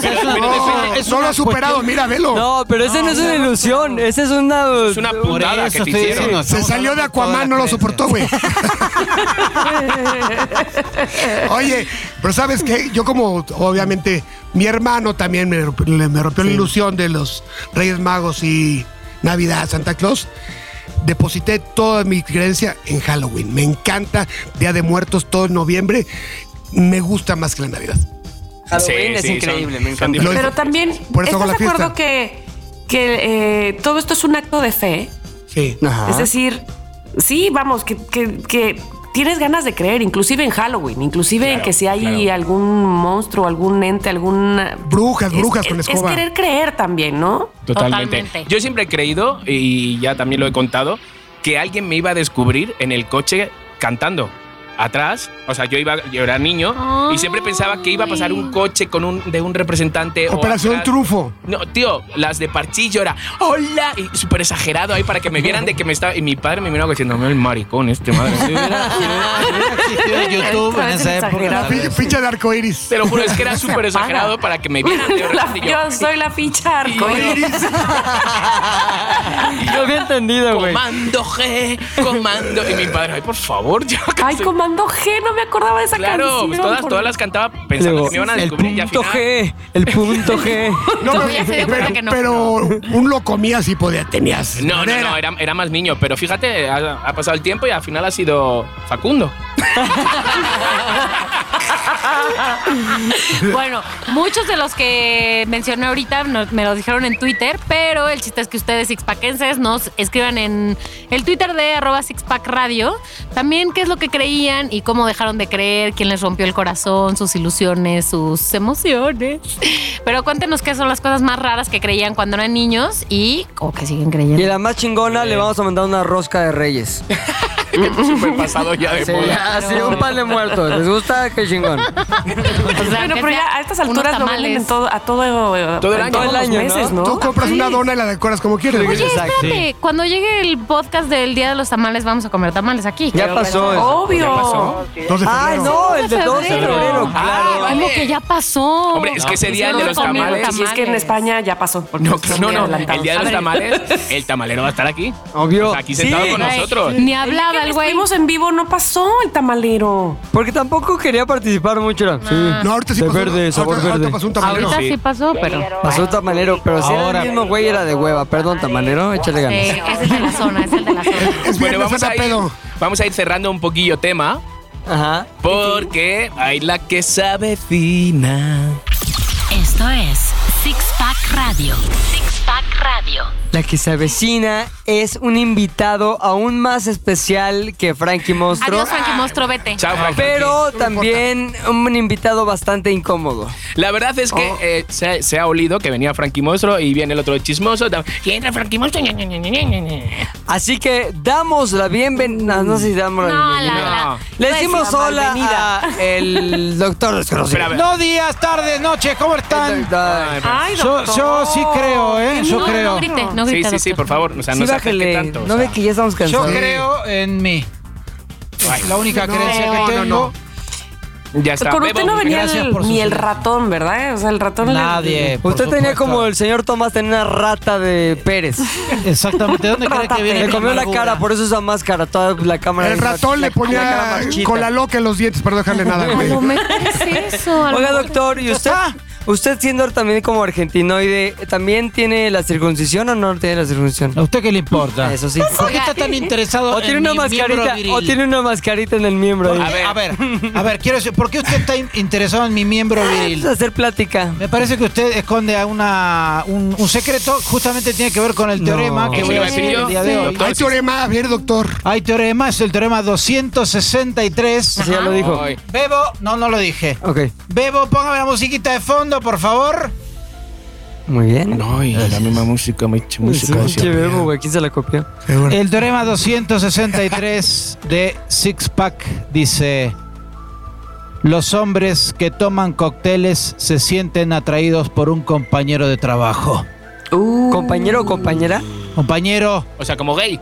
S5: sea, es una-
S4: Pero
S6: No,
S4: depende-
S5: es
S6: no lo
S5: una
S6: ha superado,
S5: cuestión-
S6: mira, velo.
S2: No, pero esa no, es una ilusión, esa es una...
S4: Es una
S5: Por
S4: puntada que
S5: eso
S4: te
S5: estoy
S4: hicieron.
S5: diciendo,
S6: Se
S5: estamos
S6: salió de
S5: hablando todas las
S6: Aquaman, no lo
S5: creencias.
S6: soportó, güey. Oye, pero ¿sabes qué? Yo como, obviamente, mi hermano también me, romp- le- me rompió la ilusión de los Reyes Magos y Navidad, Santa Claus. Deposité toda mi creencia en Halloween. Me encanta Día de Muertos todo noviembre. Me gusta más que la Navidad.
S2: Halloween
S4: Sí,
S2: Ah, es
S4: sí,
S2: increíble,
S4: son-
S2: me encanta.
S4: son diferentes.
S3: Pero también,
S6: Por eso hago
S3: ¿estás de
S6: la
S3: acuerdo
S6: fiesta.
S3: que, que eh, todo esto es un acto de fe?
S6: Sí.
S2: Ajá.
S3: Es decir, sí, vamos, que, que- que tienes ganas de creer, inclusive en Halloween, inclusive en
S4: Claro,
S3: que si hay
S4: claro.
S3: algún monstruo, algún ente, algún...
S6: Brujas, brujas
S3: es,
S6: con
S3: es-
S6: escoba.
S3: Es querer creer también, ¿no?
S4: Totalmente.
S1: Totalmente.
S4: Yo siempre he creído, y ya también lo he contado, que alguien me iba a descubrir en el coche cantando. Atrás, o sea, yo iba, yo era niño y siempre pensaba que iba a pasar un coche con un de un representante. o
S6: Operación
S4: atrás-
S6: Trufo.
S4: No, tío, las de Parchillo era hola y súper exagerado ahí para que me vieran de que me estaba. Y mi padre me miraba diciendo, "Mira el maricón, este madre.
S5: Si hubiera- si hubiera existido YouTube en esa época.
S3: Exagerado.
S5: tal
S6: Pinche
S5: vez.
S6: pinche de arcoiris.
S4: Te lo juro, es que era súper exagerado para que me vieran. de
S3: La-
S4: verdad, y yo,
S3: yo soy la ficha arcoíris.
S2: Yo había entendido, güey.
S4: Comando G, comando. Y mi padre, ay, por favor, yo que
S3: Ay,
S4: soy-
S3: Comando G, no me acordaba de esa
S4: Claro,
S3: canción.
S4: pues todas,
S3: por-
S4: todas las cantaba pensando
S2: Luego,
S4: que me iban a
S2: el
S4: descubrir. y al
S2: punto
S4: final-
S2: G, el punto G.
S6: No,
S1: No,
S6: pero,
S1: ya se dio cuenta
S6: pero-
S1: que no.
S6: pero un lo comías y podía, tenías.
S4: No, no,
S6: manera.
S4: no, era, era más niño, pero fíjate, ha, ha pasado el tiempo y al final ha sido Facundo.
S1: Bueno, muchos de los que mencioné ahorita no- me lo dijeron en Twitter, pero el chiste es que ustedes sixpackenses nos escriban en el Twitter de arroba sixpackradio. También qué es lo que creían y cómo dejaron de creer, quién les rompió el corazón, sus ilusiones, sus emociones. Pero cuéntenos qué son las cosas más raras que creían cuando eran niños y o que siguen
S2: Y
S1: creyendo.
S2: la más chingona le vamos a mandar una rosca de reyes.
S4: Súper pasado ya de
S2: Sí,
S4: moda.
S2: así un pan de muertos. ¿Les gusta? Qué chingón.
S1: O sea,
S3: Bueno,
S1: que
S3: pero ya
S1: sea
S3: a estas
S1: unos
S3: alturas lo venden
S1: tamales.
S3: en todo, a todo, eh,
S4: Todo el
S3: en
S4: año.
S3: todos
S2: Todo el
S3: los
S2: año, ¿no?
S3: meses, ¿no?
S6: Tú compras
S3: Sí.
S6: una dona y la decoras como quieres.
S1: Oye,
S2: Exacto.
S1: espérate, cuando llegue el podcast del Día de los Tamales, vamos a comer tamales aquí.
S2: Ya pasó eso.
S3: Obvio.
S6: Dos de
S2: Ah,
S6: febrero.
S2: no, el de 12 de febrero,
S1: Ah,
S2: claro.
S1: ¿Cómo que ya pasó? Pues
S4: Hombre, es que ese día el de los
S1: Hicieron
S4: tamales.
S3: Si es que en España ya pasó. porque
S4: No,
S3: son
S4: no,
S3: muy
S4: no,
S3: adelantados.
S4: el día de
S3: A
S4: los
S3: ver,
S4: tamales, el tamalero va a estar aquí.
S2: Obvio.
S4: O sea, pues aquí sentado
S2: Sí.
S4: con
S1: Güey,
S4: nosotros.
S1: Ni
S3: que
S1: hablaba el güey.
S3: Estuvimos en vivo, no pasó el tamalero.
S2: Porque tampoco quería participar mucho. era, Sí.
S6: No, ahorita sí
S2: De
S6: pasó.
S2: verde,
S6: ahorita-
S2: sabor
S6: ahorita
S2: verde.
S6: pasó un tamalero.
S1: Ahorita
S4: Sí.
S1: sí pasó, pero.
S2: Pasó tamalero, pero si era
S5: Ahora-
S2: el mismo güey, era de hueva. Perdón, tamalero, échale ganas.
S1: Sí, eh, ese es de la zona, es el de la zona.
S6: Es
S4: Bueno,
S6: viernes,
S4: vamos
S6: anda
S4: a, ir,
S6: pedo.
S4: vamos a ir cerrando un poquillo tema,
S2: Ajá.
S4: porque hay la que se avecina.
S7: Esto es Six Pack Radio. Six Pack Radio.
S2: La que se avecina es un invitado aún más especial que Frankie Monstro.
S1: Adiós, Frankie Mostro, vete.
S4: Chao, Frankie.
S2: Ah, Pero también un invitado bastante incómodo.
S4: La verdad es
S2: Oh.
S4: que eh, se, se ha olido que venía Frankie Monstruo y viene el otro chismoso. da- Y entra Frankie Monstruo. ña, ña, ña, ña, ña, ña.
S2: Así que damos la bienvenida. No sé si damos la
S1: No, la,
S2: bienvenida.
S1: la.
S2: Le
S1: Pues,
S2: decimos
S1: la
S2: hola
S1: malvenida.
S2: a el doctor desconocido.
S4: Pero a ver,
S5: No días, tardes, noches, ¿cómo están?
S2: Ay,
S3: Ay,
S5: Yo,
S3: doctor.
S5: yo sí creo, ¿eh? Yo
S1: No, No
S5: creo.
S1: grite, no
S4: sí,
S1: grite.
S4: sí, sí,
S1: doctor.
S4: por favor. O sea,
S2: Sí,
S4: no se acerque
S2: bájale.
S4: tanto. o
S2: no
S4: sea.
S2: ve que ya estamos
S5: Yo
S2: cansados.
S5: creo en mí. Es la única creencia
S6: no,
S5: que
S6: no,
S5: tengo.
S6: no.
S4: Ya está.
S3: Con usted
S4: Bebo,
S3: no venía
S5: gracias
S3: el-
S5: por su
S3: ni el
S5: silencio.
S3: ratón, ¿verdad? O sea, el ratón. era-
S5: Nadie. por
S2: Usted tenía
S5: supuesto.
S2: como el señor Tomás tenía una rata de Pérez.
S5: Exactamente, ¿de dónde cree que viene?
S2: Le
S5: mi
S2: comió la
S5: amargura?
S2: cara, por eso esa máscara, toda la cámara.
S6: El
S2: ahí,
S6: ratón
S2: la-
S6: le ponía
S2: cara marchita.
S6: con la loca en los dientes para no dejarle nada,
S1: A
S6: güey.
S1: lo mejor es eso. a lo mejor-
S2: Oiga,
S6: Ah.
S2: doctor, ¿y usted? Usted siendo también como argentinoide, ¿también tiene la circuncisión o no tiene la circuncisión?
S5: ¿A usted qué le importa?
S2: Eso sí.
S5: ¿Por qué está tan interesado
S2: O tiene
S5: en
S2: una
S5: mi miembro
S2: mascarita,
S5: viril?
S2: o tiene una mascarita en el miembro.
S5: A
S2: ahí.
S5: ver, a ver, a ver, quiero decir, ¿por qué usted está in- interesado en mi miembro
S2: Vamos
S5: viril?
S2: a hacer plática.
S5: Me parece que usted esconde a una, un, un secreto, justamente tiene que ver con el teorema que
S4: Eso
S5: voy a
S4: iba a decir
S5: decir el
S4: yo.
S5: día de
S4: Sí.
S5: hoy.
S4: Doctor,
S6: Hay teorema, a ver, doctor.
S5: Hay teorema, es el teorema 263.
S2: Sí, ya lo dijo.
S4: Ay.
S5: Bebo, no, no lo dije.
S2: Ok,
S5: Bebo, póngame la musiquita de fondo, por favor.
S2: muy bien.
S4: No, y la misma música, mucha
S2: Sí,
S4: música.
S2: che, Bebo, güey, ¿quién se la copió?
S6: Seguro.
S5: El teorema 263 de Six Pack dice: Los hombres que toman cócteles se sienten atraídos por un compañero de trabajo.
S3: Uh,
S2: ¿Compañero o compañera?
S5: Compañero,
S4: O sea, como gay.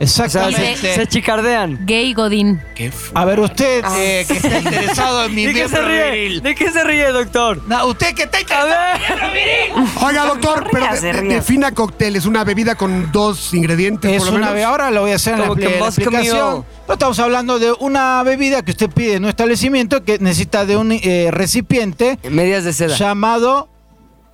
S2: O sea, se, se
S5: exactamente.
S2: chicardean.
S1: Gay Godín.
S4: Qué f-
S5: A ver, usted eh, que está interesado en mi
S2: ¿De qué se
S5: miembro
S2: ríe?
S5: viril.
S2: ¿De qué se ríe, doctor?
S5: No, usted que está
S2: A
S5: interesado.
S2: ver.
S6: Oiga, doctor, pero
S3: rías,
S6: de-
S3: se
S6: de-
S3: rías.
S6: defina cóctel. Es una bebida con dos ingredientes,
S5: Es
S6: por lo
S5: una
S6: menos.
S5: bebida, ahora lo voy a hacer en la,
S2: Como que
S5: expli- en la
S2: vodka
S5: explicación.
S2: mío.
S5: No estamos hablando de una bebida que usted pide en un establecimiento que necesita de un eh, recipiente
S2: Medias de seda.
S5: llamado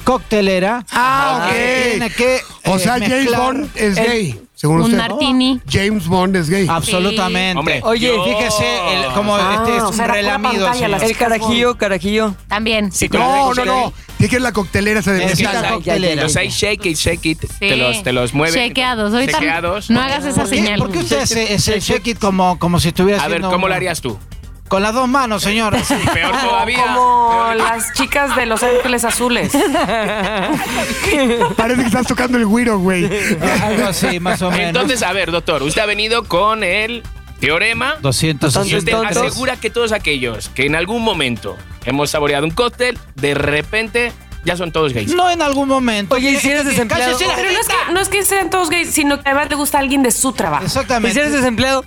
S5: coctelera.
S6: Ah, ok.
S5: que tiene que,
S6: O
S5: eh,
S6: sea, James
S5: mezclar-
S6: Bond es
S2: el-
S6: gay, según
S1: Un
S6: usted. Oh,
S1: martini.
S6: James Bond es gay.
S5: Ah, Absolutamente.
S4: Hombre,
S2: Oye,
S4: yo-
S5: Fíjese el- como
S3: Ah,
S5: este es
S3: o
S5: un
S3: sea, era pura
S5: relamido.
S3: pantalla
S5: señor.
S3: las
S2: El carajillo, carajillo.
S1: También.
S4: Si tú
S6: No,
S4: los-
S6: no, no. Tiene que ir la coctelera esa de
S5: Necesita
S6: metal.
S5: coctelera.
S4: Los hay shake it, shake it. Te los, te los mueve.
S1: Chequeados. Ahorita
S4: Chequeados.
S1: No hagas esa
S5: ¿Por qué,
S1: señal.
S5: por qué usted hace ese shake it como, como si estuviera
S4: A ver,
S5: haciendo
S4: ¿cómo
S5: un-
S4: lo harías tú?
S5: Con las dos manos, señor. así.
S4: Peor todavía.
S3: Como
S4: Peor-
S3: las chicas de Los Ángeles Azules.
S6: Parece que estás tocando el güiro, güey.
S5: Algo así, más o menos.
S4: Entonces, a ver, doctor, usted ha venido con el teorema. Y
S5: 260.
S4: usted
S2: Entonces-
S4: asegura que todos aquellos que en algún momento hemos saboreado un cóctel, de repente ya son todos gays.
S5: No en algún momento.
S2: Oye, ¿y si eres desempleado?
S5: Cállese la
S3: Pero no es,
S5: jeta.
S3: que, no es que sean todos gays, sino que además le gusta alguien de su trabajo.
S2: ¿Y si
S5: Exactamente.
S2: eres desempleado?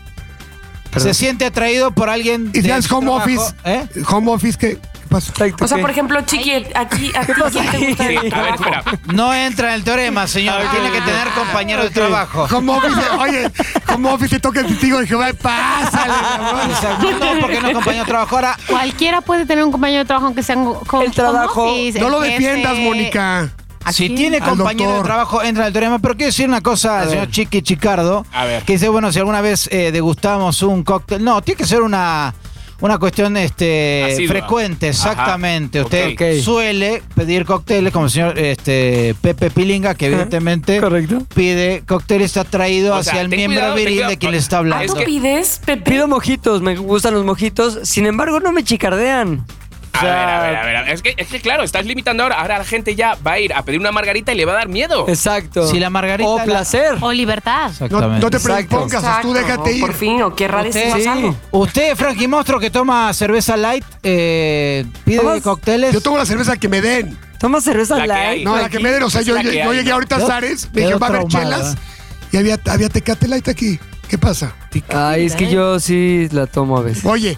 S5: se siente atraído por alguien.
S6: Y
S5: de
S6: si haces
S5: su
S6: home
S5: trabajo,
S6: office.
S5: ¿eh?
S6: Home office, ¿qué, qué pasa?
S2: Exacto,
S3: O sea,
S2: ¿qué?
S3: por ejemplo, Chiqui, aquí, a ti quién te gusta
S4: Sí,
S3: de
S4: a
S3: tu
S4: ver,
S3: trabajo?
S4: espera.
S5: No entra en el teorema, señor. Tiene que tener compañero de trabajo.
S6: Home office, oye, home office, te toca el testigo de Jehová, pásale, cabrón.
S5: Exacto. No, porque no es compañero de trabajo. Ahora,
S1: Cualquiera puede tener un compañero de trabajo aunque sea un co-
S2: El trabajo.
S1: home office,
S6: No
S1: el
S6: lo
S1: jefe.
S6: defiendas, Mónica.
S5: si tiene
S6: Al
S5: compañero de
S6: doctor.
S5: trabajo, entra en el teorema. Pero quiero decir una cosa, señor Chiqui Chicardo.
S4: A ver.
S5: Que dice, bueno, si alguna vez eh, degustamos un cóctel. No, tiene que ser una. Una cuestión este,
S4: Asidua.
S5: frecuente,
S4: Ajá.
S5: exactamente.
S4: Ok.
S5: Usted
S2: Ok.
S5: suele pedir cócteles, como el señor este, Pepe Pilinga, que evidentemente
S2: Correcto.
S5: pide cócteles atraído
S4: O
S5: hacia
S4: sea,
S5: el
S4: ten
S5: miembro
S4: cuidado, ten
S5: viril
S4: cuidado.
S5: de quien le está
S3: Ah,
S5: hablando.
S3: ¿tú
S4: Es que-
S3: pides, Pepe?
S2: Pido mojitos, me gustan los mojitos. Sin embargo, no me chicardean.
S4: A ver, a ver, a ver, a ver. Es que, es que, claro, estás limitando ahora. Ahora la gente ya va a ir a pedir una margarita y le va a dar miedo.
S2: Exacto.
S5: Si la margarita
S2: O
S5: la-
S2: placer.
S1: O libertad.
S6: No, no te
S2: Exacto.
S3: pues
S6: predispongas, tú déjate
S3: o
S6: ir.
S3: Por fin, o qué rarísimo
S5: Usted,
S3: es algo.
S5: usted, Frankie Monstruo, que toma cerveza light, eh, pide
S2: Vamos.
S5: cócteles.
S6: Yo tomo la cerveza que me den.
S2: Toma cerveza
S4: La que
S2: light.
S4: hay.
S6: No, la que me den. O sea,
S4: Es
S6: yo,
S4: la que
S6: yo
S4: hay.
S6: llegué ahorita a
S5: Quedo-
S6: Zares, me dije,
S5: quedo
S6: va a haber
S5: traumado,
S6: chelas.
S5: ¿eh?
S6: Y había, había tecate light aquí. ¿Qué pasa?
S2: Ay, es que yo sí la tomo a veces.
S6: Oye,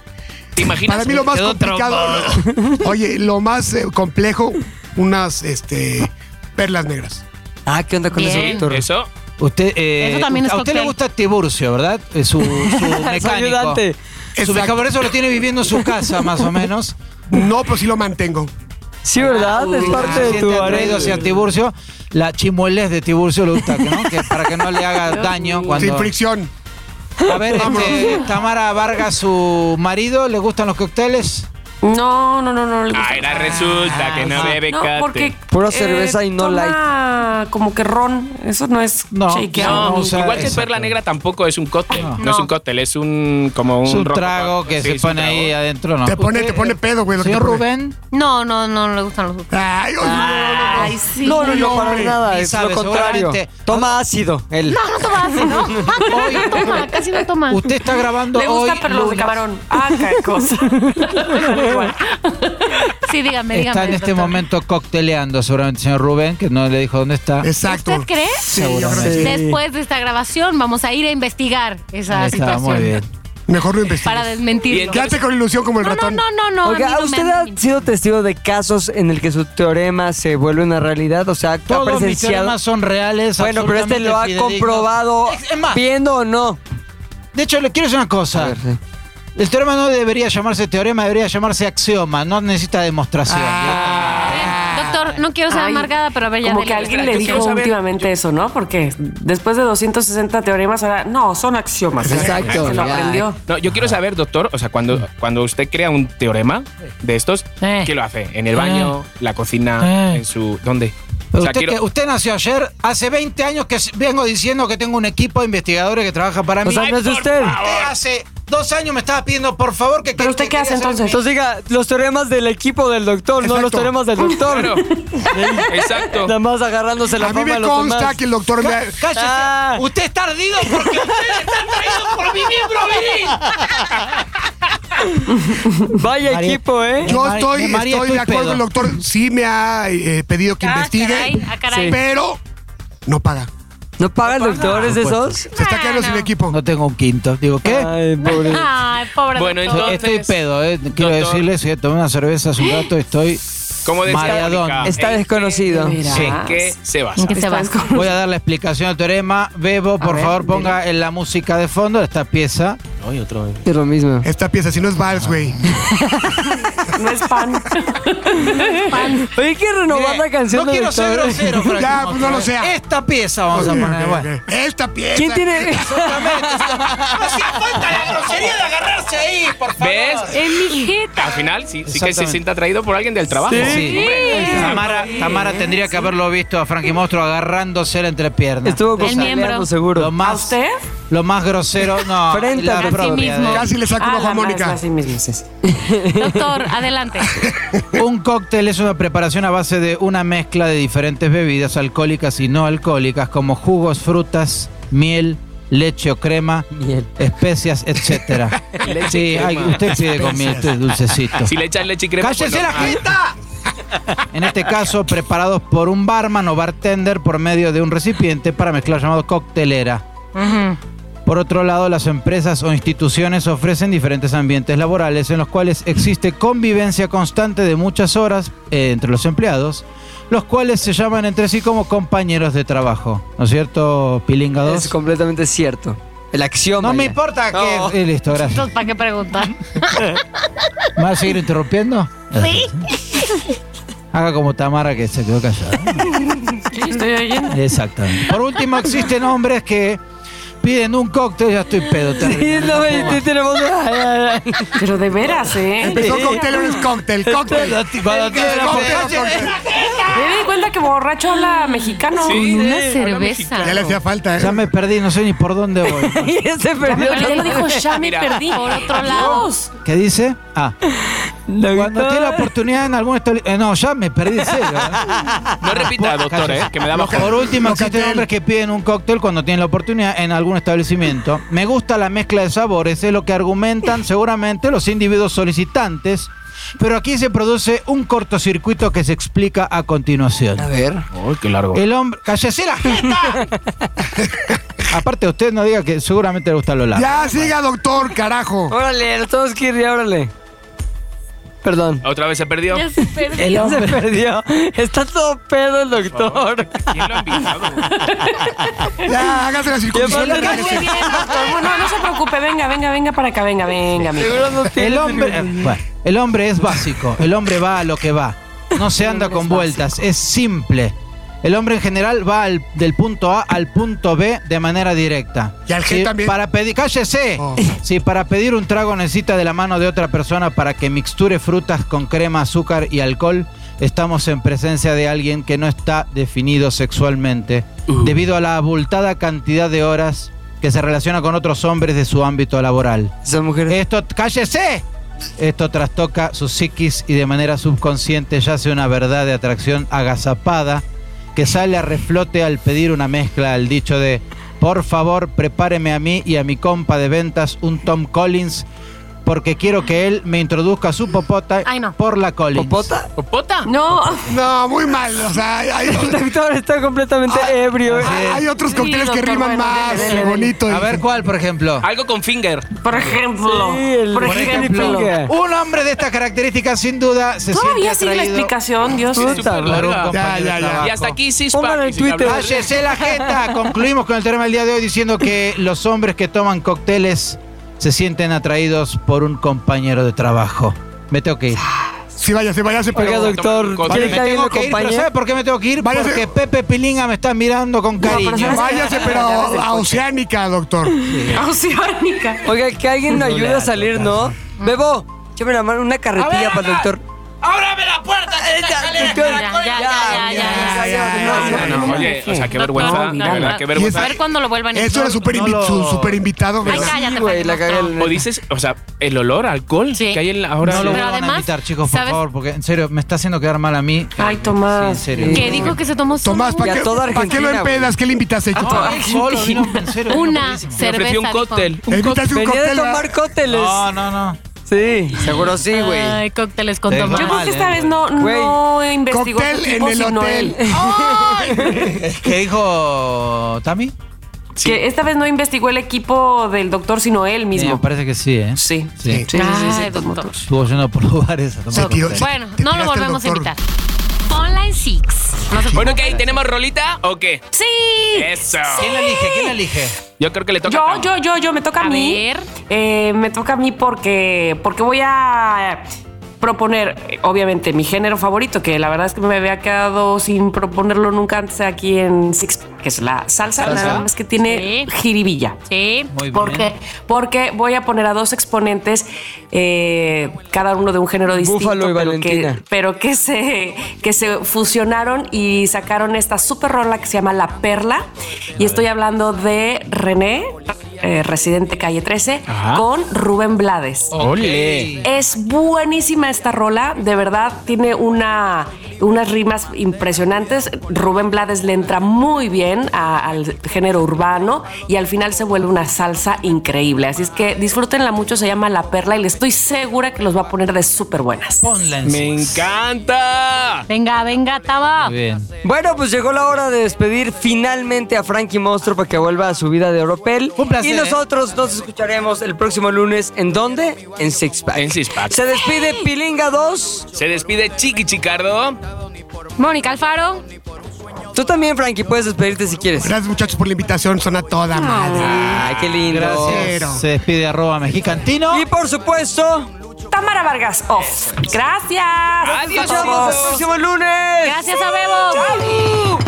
S4: ¿Te imaginas?
S6: para mí lo más
S5: quedó
S6: complicado. Oye, lo más eh, complejo, unas este, perlas negras.
S2: Ah, ¿qué onda con
S1: Bien.
S2: eso, doctor?
S4: Eso.
S5: Usted, eh,
S1: Eso también es
S5: a usted le
S1: cóctel.
S5: gusta Tiburcio, ¿verdad? Eh, Su, su mecánico.
S2: ayudante.
S5: Su
S6: Exacto.
S5: mecánico, por eso lo tiene viviendo en su casa, más o menos.
S6: No, pero sí lo mantengo.
S2: Sí, ¿verdad? es parte
S5: Se
S2: de tu
S5: siente atraído
S2: arreglo.
S5: hacia Tiburcio. La chimuelez de Tiburcio le gusta, ¿no? Que para que no le haga daño
S6: Sin
S5: cuando...
S6: fricción.
S5: A ver, este, Tamara Vargas, su marido, ¿le gustan los cócteles?
S3: No, no, no, no. le gusta.
S4: Ahora resulta que no
S5: Ah,
S4: bebe
S3: No,
S4: cate.
S3: porque. eh,
S2: Pura cerveza y no
S3: toma Como que ron. Eso no es
S5: No,
S3: shakeado.
S4: No,
S5: o sea,
S4: igual que
S5: exacto.
S4: Perla Negra tampoco es un cóctel. No,
S3: No.
S4: es un cóctel, es un como un
S5: Es un
S4: rojo,
S5: trago que
S4: sí,
S5: se
S4: es un
S5: pone
S4: trago.
S5: ahí adentro,
S2: Ah.
S5: ¿no?
S6: Te pone-
S5: Usted,
S6: te pone
S5: eh,
S6: pedo, güey, lo que
S5: Señor
S6: te pone.
S5: Rubén,
S1: No, no, no, no le gustan los
S6: Ay, oye,
S1: Ah.
S3: Ay, sí.
S2: No, no, no, para
S6: hombre.
S2: nada.
S5: Ni
S2: Es
S5: sabe,
S2: lo contrario.
S5: seguramente.
S2: Toma ácido. Él.
S1: No, no toma así, ¿no? No toma, casi no toma.
S5: usted está grabando
S3: Le gusta,
S5: hoy
S3: pero los de
S5: lunes.
S3: camarón. Ah, qué cosa. Igual.
S1: Sí, dígame, dígame.
S5: Está en este
S1: doctor.
S5: momento cocteleando seguramente señor Rubén, que no le dijo dónde está.
S6: Exacto.
S1: ¿Usted cree?
S6: Sí, yo creo que sí.
S2: Sí.
S1: Después de esta grabación vamos a ir a investigar esa
S5: Ahí
S1: situación.
S5: muy bien.
S6: Mejor lo investigas.
S1: Para desmentirlo.
S6: Quédate con ilusión como el
S1: No, no,
S6: ratón.
S1: no, no, no.
S2: Oiga,
S1: a mí no me
S2: ¿usted
S1: hagan
S2: ha
S1: mentir.
S2: sido testigo de casos en el que su teorema se vuelve una realidad? O sea, ¿ha
S5: Todos mis
S2: presenciado?
S5: teoremas son reales.
S2: Bueno, pero este
S5: absolutamente
S2: lo ha
S5: fidedignos.
S2: comprobado
S5: Es- es más, Ah.
S2: viendo o no.
S5: de hecho, le quiero decir una cosa.
S2: A ver, sí.
S5: El teorema no debería llamarse teorema, debería llamarse axioma. No necesita demostración.
S1: ¿Eh?
S6: Ah.
S1: no, no quiero ser
S3: Ay,
S1: amargada, pero a ver, ya
S3: Como
S1: dele.
S3: que alguien le
S4: Yo quiero
S3: dijo
S4: saber-
S3: últimamente eso, ¿no? Porque después de 260 teoremas, ahora, no, son axiomas.
S2: Exacto,
S3: Se lo
S2: ya.
S3: aprendió.
S4: No, yo quiero saber, doctor, o sea, cuando, cuando usted crea un teorema de estos,
S1: Eh.
S4: ¿qué lo hace? ¿En el baño? ¿La cocina?
S5: Eh.
S4: ¿En su. ¿Dónde? O sea,
S5: Usted,
S4: quiero-
S5: que- usted nació ayer, hace 20 años que s- vengo diciendo que tengo un equipo de investigadores que trabaja para
S2: O
S5: mí.
S2: sea, no es usted.
S5: Usted hace dos años me estaba pidiendo, por favor, que...
S3: ¿Pero usted qué hace entonces?
S2: Entonces diga, los teoremas del equipo del doctor, no los
S6: Exacto.
S2: teoremas del doctor.
S4: Claro. Exacto.
S2: Nada más agarrándose la
S6: A mí
S2: fama de
S6: me
S2: los
S6: consta
S2: demás.
S6: que el doctor me ha-
S5: Cállese.
S2: Ah.
S5: Usted está ardido porque usted está traído por mi miembro viril.
S2: Vaya
S5: María-
S2: equipo, ¿eh?
S6: Yo
S5: Mari-
S6: estoy,
S5: de María
S6: estoy
S5: estoy
S6: de acuerdo
S5: pedo.
S6: con el doctor. Sí me ha eh, pedido que
S1: Ah,
S6: investigue,
S1: caray, ah, caray.
S6: pero no paga.
S2: ¿No pagan doctores de esos?
S6: Se está quedando
S1: Ah,
S6: sin
S1: no.
S6: equipo.
S5: No tengo un quinto. Digo, ¿qué?
S2: Ay, pobre.
S1: Ay, pobre
S4: Bueno,
S1: doctor.
S4: entonces-
S5: estoy pedo, eh. Quiero
S4: Doctor.
S5: decirles que tomé una cerveza hace un rato y estoy...
S4: Como decía
S5: Mareadón.
S4: Mónica,
S2: Está
S4: ¿en
S2: desconocido.
S4: qué-
S3: Mira.
S4: ¿En qué se basa?
S1: ¿En qué se va?
S3: Estás con-
S5: Voy a dar la explicación del teorema. Bebo, por
S3: ver,
S5: favor, ponga en la música de fondo esta pieza.
S2: Es lo mismo.
S6: Esta pieza, si no es vals, güey.
S3: No es pan.
S2: Oye, hay que renovar
S5: Mire,
S2: la canción
S5: no
S2: del
S5: quiero ser
S2: doctor.
S5: grosero, Frankie
S6: Ya, pues,
S5: Montoya.
S6: no lo sea.
S5: Esta pieza vamos a poner. Bueno.
S6: Esta pieza.
S2: ¿Quién tiene?
S5: falta la grosería de agarrarse ahí, por
S4: ¿Ves?
S1: En mi hijita.
S4: Al final, sí, sí que se
S5: Exactamente.
S4: siente atraído por alguien del trabajo.
S5: Sí. Tamara, Tamara tendría que haberlo visto a Frankie Monstruo agarrándose la entrepierna.
S2: Estuvo
S1: El miembro.
S2: con
S5: lo
S2: seguro.
S5: más,
S3: ¿A usted?
S5: Lo más grosero, no.
S2: Frente
S5: la
S2: a
S5: propia
S1: sí mismo.
S5: de-
S6: Casi le saco un
S3: Ah,
S6: ojo a
S3: la maestra,
S6: Mónica.
S3: así mismo, sí, sí.
S1: Doctor, adelante.
S5: Un cóctel es una preparación a base de una mezcla de diferentes bebidas alcohólicas y no alcohólicas como jugos, frutas, miel, leche o crema,
S2: Miel.
S5: especias, etcétera.
S4: Leche,
S5: sí,
S4: crema.
S5: ay, usted pide con miel, este es dulcecito.
S4: Si le echas leche y crema.
S5: ¡Cállese
S4: pues no.
S5: la
S4: Ah,
S5: jeta! En este caso, preparados por un barman o bartender por medio de un recipiente para mezclar llamado coctelera.
S1: Ujú.
S5: Por otro lado, las empresas o instituciones ofrecen diferentes ambientes laborales en los cuales existe convivencia constante de muchas horas eh, entre los empleados, los cuales se llaman entre sí como compañeros de trabajo. ¿No es cierto, Pilinga 2?
S2: Es completamente cierto. El axioma.
S5: No me
S2: ya.
S5: importa que...
S2: No.
S5: eh, listo, gracias.
S1: Entonces, ¿para qué preguntar?
S5: ¿Me vas a seguir interrumpiendo?
S1: Sí.
S5: Haga como Tamara que se quedó callada.
S3: Estoy oyendo.
S5: Exactamente. Por último, existen hombres que piden un cóctel, ya estoy pedo.
S2: Sí,
S5: terrible.
S2: no me- te- tenemos. Ay, ay, ay.
S3: Pero de veras, ¿eh?
S6: Empezó cóctel, ahora es cóctel, cóctel.
S5: Cuando- cuando tiene la
S6: Cóctel,
S5: fe-
S6: cóctel.
S3: Me di cuenta que borracho habla mexicano.
S4: Sí.
S1: Una
S4: habla
S1: cerveza.
S6: Ya le hacía falta,
S5: Ya
S6: ¿eh?
S5: me perdí, no sé ni por dónde voy.
S2: Y ese
S3: Ya me
S2: perdió.
S3: perdí, ya lo dijo ya me
S4: Mira.
S3: perdí.
S1: Por otro lado.
S3: Dios.
S5: ¿Qué dice? Ah,
S2: La
S5: cuando
S2: guitarra.
S5: tiene la oportunidad en algún estoli- eh, No, ya me perdí en serio, ¿eh?
S4: No repita, doctor, eh, que me da bajo.
S5: Por último,
S6: Locatel.
S5: existen hombres que piden un cóctel cuando tienen la oportunidad en algún establecimiento. Me gusta la mezcla de sabores, es lo que argumentan seguramente los individuos solicitantes. Pero aquí se produce un cortocircuito que se explica a continuación.
S2: A ver.
S4: Uy, qué largo.
S5: El hombre. ¡Cállese la jeta! Aparte, usted no diga que seguramente le gusta lo largo.
S6: Ya siga, doctor, carajo.
S2: Órale, nos tenemos que ir ya, órale. Perdón.
S4: Otra vez se perdió.
S1: Ya se perdió.
S2: Él se perdió. Está todo pedo el doctor.
S4: ¿Quién lo ha invitado?
S6: Ya, hágase la circuncisión.
S2: Ya, vale,
S6: regrese.
S3: Bueno, no se preocupe, venga, venga, venga para acá, venga, venga, amigo.
S2: Seguro no tiene.
S5: El hombre. eh, bueno, el hombre es básico. El hombre va a lo que va. No se anda con vueltas. Es simple. El hombre en general va al- del punto A al punto B de manera directa.
S6: Y al G
S5: Si
S6: también.
S5: Para pedir, cállese.
S6: Oh.
S5: Si para pedir un trago necesita de la mano de otra persona para que mixture frutas con crema, azúcar y alcohol, estamos en presencia de alguien que no está definido sexualmente debido a la abultada cantidad de horas que se relaciona con otros hombres de su ámbito laboral.
S2: Son mujeres.
S5: Esto, cállese. Esto trastoca su psiquis y de manera subconsciente yace una verdad de atracción agazapada que sale a reflote al pedir una mezcla al dicho de por favor prepáreme a mí y a mi compa de ventas un Tom Collins porque quiero que él me introduzca su popota
S1: Ay, no.
S5: por la Collins.
S2: ¿Popota?
S4: ¿Popota?
S3: No,
S6: No, muy mal. O sea, hay,
S2: El doctor está completamente ebrio.
S6: hay otros
S3: Sí,
S6: cócteles que
S3: doctor,
S6: riman
S3: bueno,
S6: más
S3: dele, dele,
S6: bonito.
S5: A ver cuál, por ejemplo.
S4: Algo con finger.
S3: por ejemplo.
S2: Sí, el-
S3: por
S2: por
S3: ejemplo.
S2: ejemplo.
S5: Un hombre de estas características sin duda se
S3: Todavía sigue
S5: siente
S3: la
S5: atraído
S3: explicación, Dios. Este,
S2: Puta
S4: Súper
S5: por un
S4: larga.
S5: compañero
S6: Ya, ya,
S5: de
S6: ya.
S5: trabajo.
S4: Y hasta aquí Six
S2: Póngalo
S4: Pack,
S2: en
S4: y sin
S5: Este
S2: Twitter.
S4: hablar.
S5: Cállese Ah, la jeta. Concluimos con el tema del día de hoy diciendo que los hombres que toman cócteles se sienten atraídos por un compañero de trabajo. Me tengo que ir.
S6: Sí, váyase, váyase, pero.
S2: Oiga, doctor,
S4: Con-
S2: ¿quiere
S4: Me
S5: Me
S2: estar bien
S5: tengo que ir, pero
S2: acompañado?
S5: ¿sabe por qué me tengo que ir?
S6: Váyase.
S5: Porque Pepe Pilinga me está mirando con
S3: pero
S5: cariño.
S3: ¿sabes?
S6: Váyase, pero a Oceánica, doctor.
S3: Oceánica.
S2: Oiga, que alguien me ayude a salir, ¿no? Bebo, échame una mano, una carretilla para el doctor.
S4: ¡Ábrame la puerta! que esta escalera
S2: doctor,
S4: es
S1: ya,
S4: caracol!
S1: ya, ya, ya,
S4: Ah,
S6: ya,
S4: no, no, Oye, o sea, qué vergüenza.
S1: Doctor,
S4: de verdad, qué
S1: doctor.
S6: vergüenza.
S1: A ver cuándo lo vuelvan a
S6: Eso era super,
S5: no
S6: invi-
S5: lo-
S6: su- super invitado,
S1: Ay,
S6: ¿verdad?
S1: cállate,
S2: Sí, güey,
S1: Fran,
S2: la cagué.
S1: doctor.
S2: en-
S4: O dices, o sea, el olor a alcohol
S1: Sí.
S4: que hay en la- ahora.
S5: no lo
S1: Pero
S5: vuelvan a
S1: además,
S5: invitar, chicos, por
S1: ¿sabes?
S5: favor, porque en serio me está haciendo quedar mal a mí.
S3: Ay,
S5: Eh,
S3: Tomás.
S5: Sí, en serio.
S1: Que dijo que se tomó solo
S6: Tomás,
S2: Y
S6: ¿para
S2: a
S6: qué,
S2: toda
S6: ¿para qué lo
S2: Argentina, güey.
S6: empedas? ¿Qué le este invitaste?
S5: Ah,
S6: Chupa?
S5: él solo, vino, en serio, vino
S1: una
S5: pedísimo.
S4: Me
S1: cerveza.
S4: ofreció un
S1: dijo.
S4: cóctel.
S6: Le
S4: Un cóctel.
S6: invitaste un
S2: Venía de
S6: cóctel.
S2: tomar cócteles.
S5: No, no, no.
S2: Sí, seguro sí, güey.
S1: Ay, cócteles con
S5: Te
S1: Tomás.
S5: digo.
S3: Yo creo
S5: Mal,
S3: que esta
S5: eh,
S3: vez no, no investigó. su
S6: Cóctel en
S3: tipo,
S6: el
S3: sino
S6: hotel.
S2: ¿eh?
S3: él.
S5: ¿Qué dijo Tami?
S3: Que esta vez no investigó el equipo del doctor, sino él
S5: Eh,
S3: mismo. Ah,
S5: me parece que sí, ¿eh?
S3: Sí.
S5: Sí.
S3: Sí, sí, sí, sí,
S1: Ay,
S3: todo
S1: doctor.
S3: motor.
S5: Estuvo yendo por lugares. a tomar
S6: Se tiró-
S5: cócteles.
S6: se-
S1: Bueno,
S6: te
S1: no lo
S6: tiraste al
S1: volvemos a
S6: doctor.
S1: invitar.
S7: Ponla en Six.
S4: Bueno, ok, ¿tenemos rolita o qué?
S3: Sí.
S4: Eso.
S5: ¿Quién la elige? ¿Quién la elige?
S4: Yo creo que le toca. a
S3: Yo,
S4: Tami.
S3: yo, yo, yo, me toca a,
S1: A
S3: mí.
S1: ver.
S3: Eh, me toca a mí porque, porque voy a proponer, eh, obviamente, mi género favorito, que la verdad es que me había quedado sin proponerlo nunca antes aquí en Six, que es la salsa,
S5: ¿Salsa?
S3: nada más que tiene
S1: Sí.
S3: jiribilla.
S1: Sí.
S5: Muy bien.
S3: Porque, porque voy a poner a dos exponentes, eh, cada uno de un género distinto,
S2: Búfalo y
S3: pero, que,
S2: Valentina.
S3: pero que se, que se fusionaron y sacaron esta super rola que se llama La Perla. Y estoy hablando de René, eh, residente calle 13,
S4: Ajá.
S3: con Rubén Blades.
S4: Ole.
S3: Es buenísima esta rola, de verdad, tiene una, unas rimas impresionantes. Rubén Blades le entra muy bien a- al género urbano y al final se vuelve una salsa increíble. Así es que disfrútenla mucho, se llama La Perla y le estoy segura que los va a poner de súper buenas.
S5: Ponla en
S4: Me
S5: Six.
S4: encanta.
S1: Venga, venga, Taba.
S5: Muy bien.
S2: Bueno, pues llegó la hora de despedir finalmente a Frankie Monstro para que vuelva a su vida de Oropel.
S5: Fue un placer, ¿eh?
S2: Y nosotros nos escucharemos el próximo lunes. ¿En dónde? En Six Pack.
S4: En Six Pack.
S2: Se despide Pilinga 2.
S4: Se despide Chiqui Chicardo.
S1: Mónica Alfaro.
S2: Tú también, Frankie, puedes despedirte si quieres.
S6: Gracias, muchachos, por la invitación. Son a toda madre.
S2: Ay, qué lindo.
S5: Gracias. Se despide arroba mexicantino.
S2: Y por supuesto,
S3: Tamara Vargas, off. Gracias.
S4: Adiós,
S2: nos vemos el próximo lunes.
S1: Gracias a Bebo.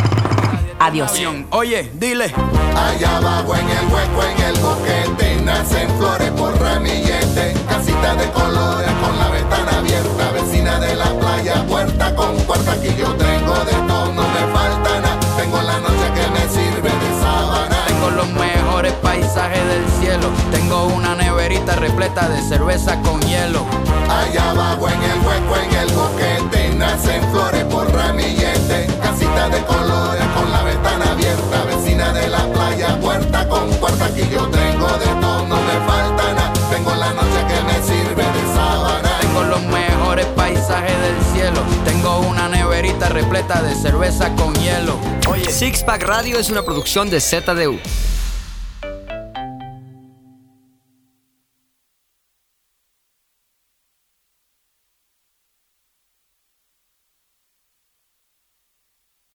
S3: Adiós.
S8: Oye, dile.
S9: Allá abajo en el hueco, en el boquete, nacen flores por ramillete, casita de colores con la ventana abierta, vecina de la playa, puerta con puerta, aquí yo tengo de todo, no me falta nada, tengo la noche que me sirve de sábana.
S8: Tengo los mejores paisajes del cielo. Tengo una neverita repleta de cerveza con hielo.
S9: Allá abajo en el hueco, en el boquete, nacen flores por ramillete, casita de colores con la ventana abierta, vecina de la playa, puerta con puerta, aquí yo tengo de todo, no me falta nada, tengo la noche que me sirve de sábana.
S8: Tengo los mejores paisajes del cielo. Tengo una neverita repleta de cerveza con hielo. Oye.
S2: Six Pack Radio es una producción de ZDU.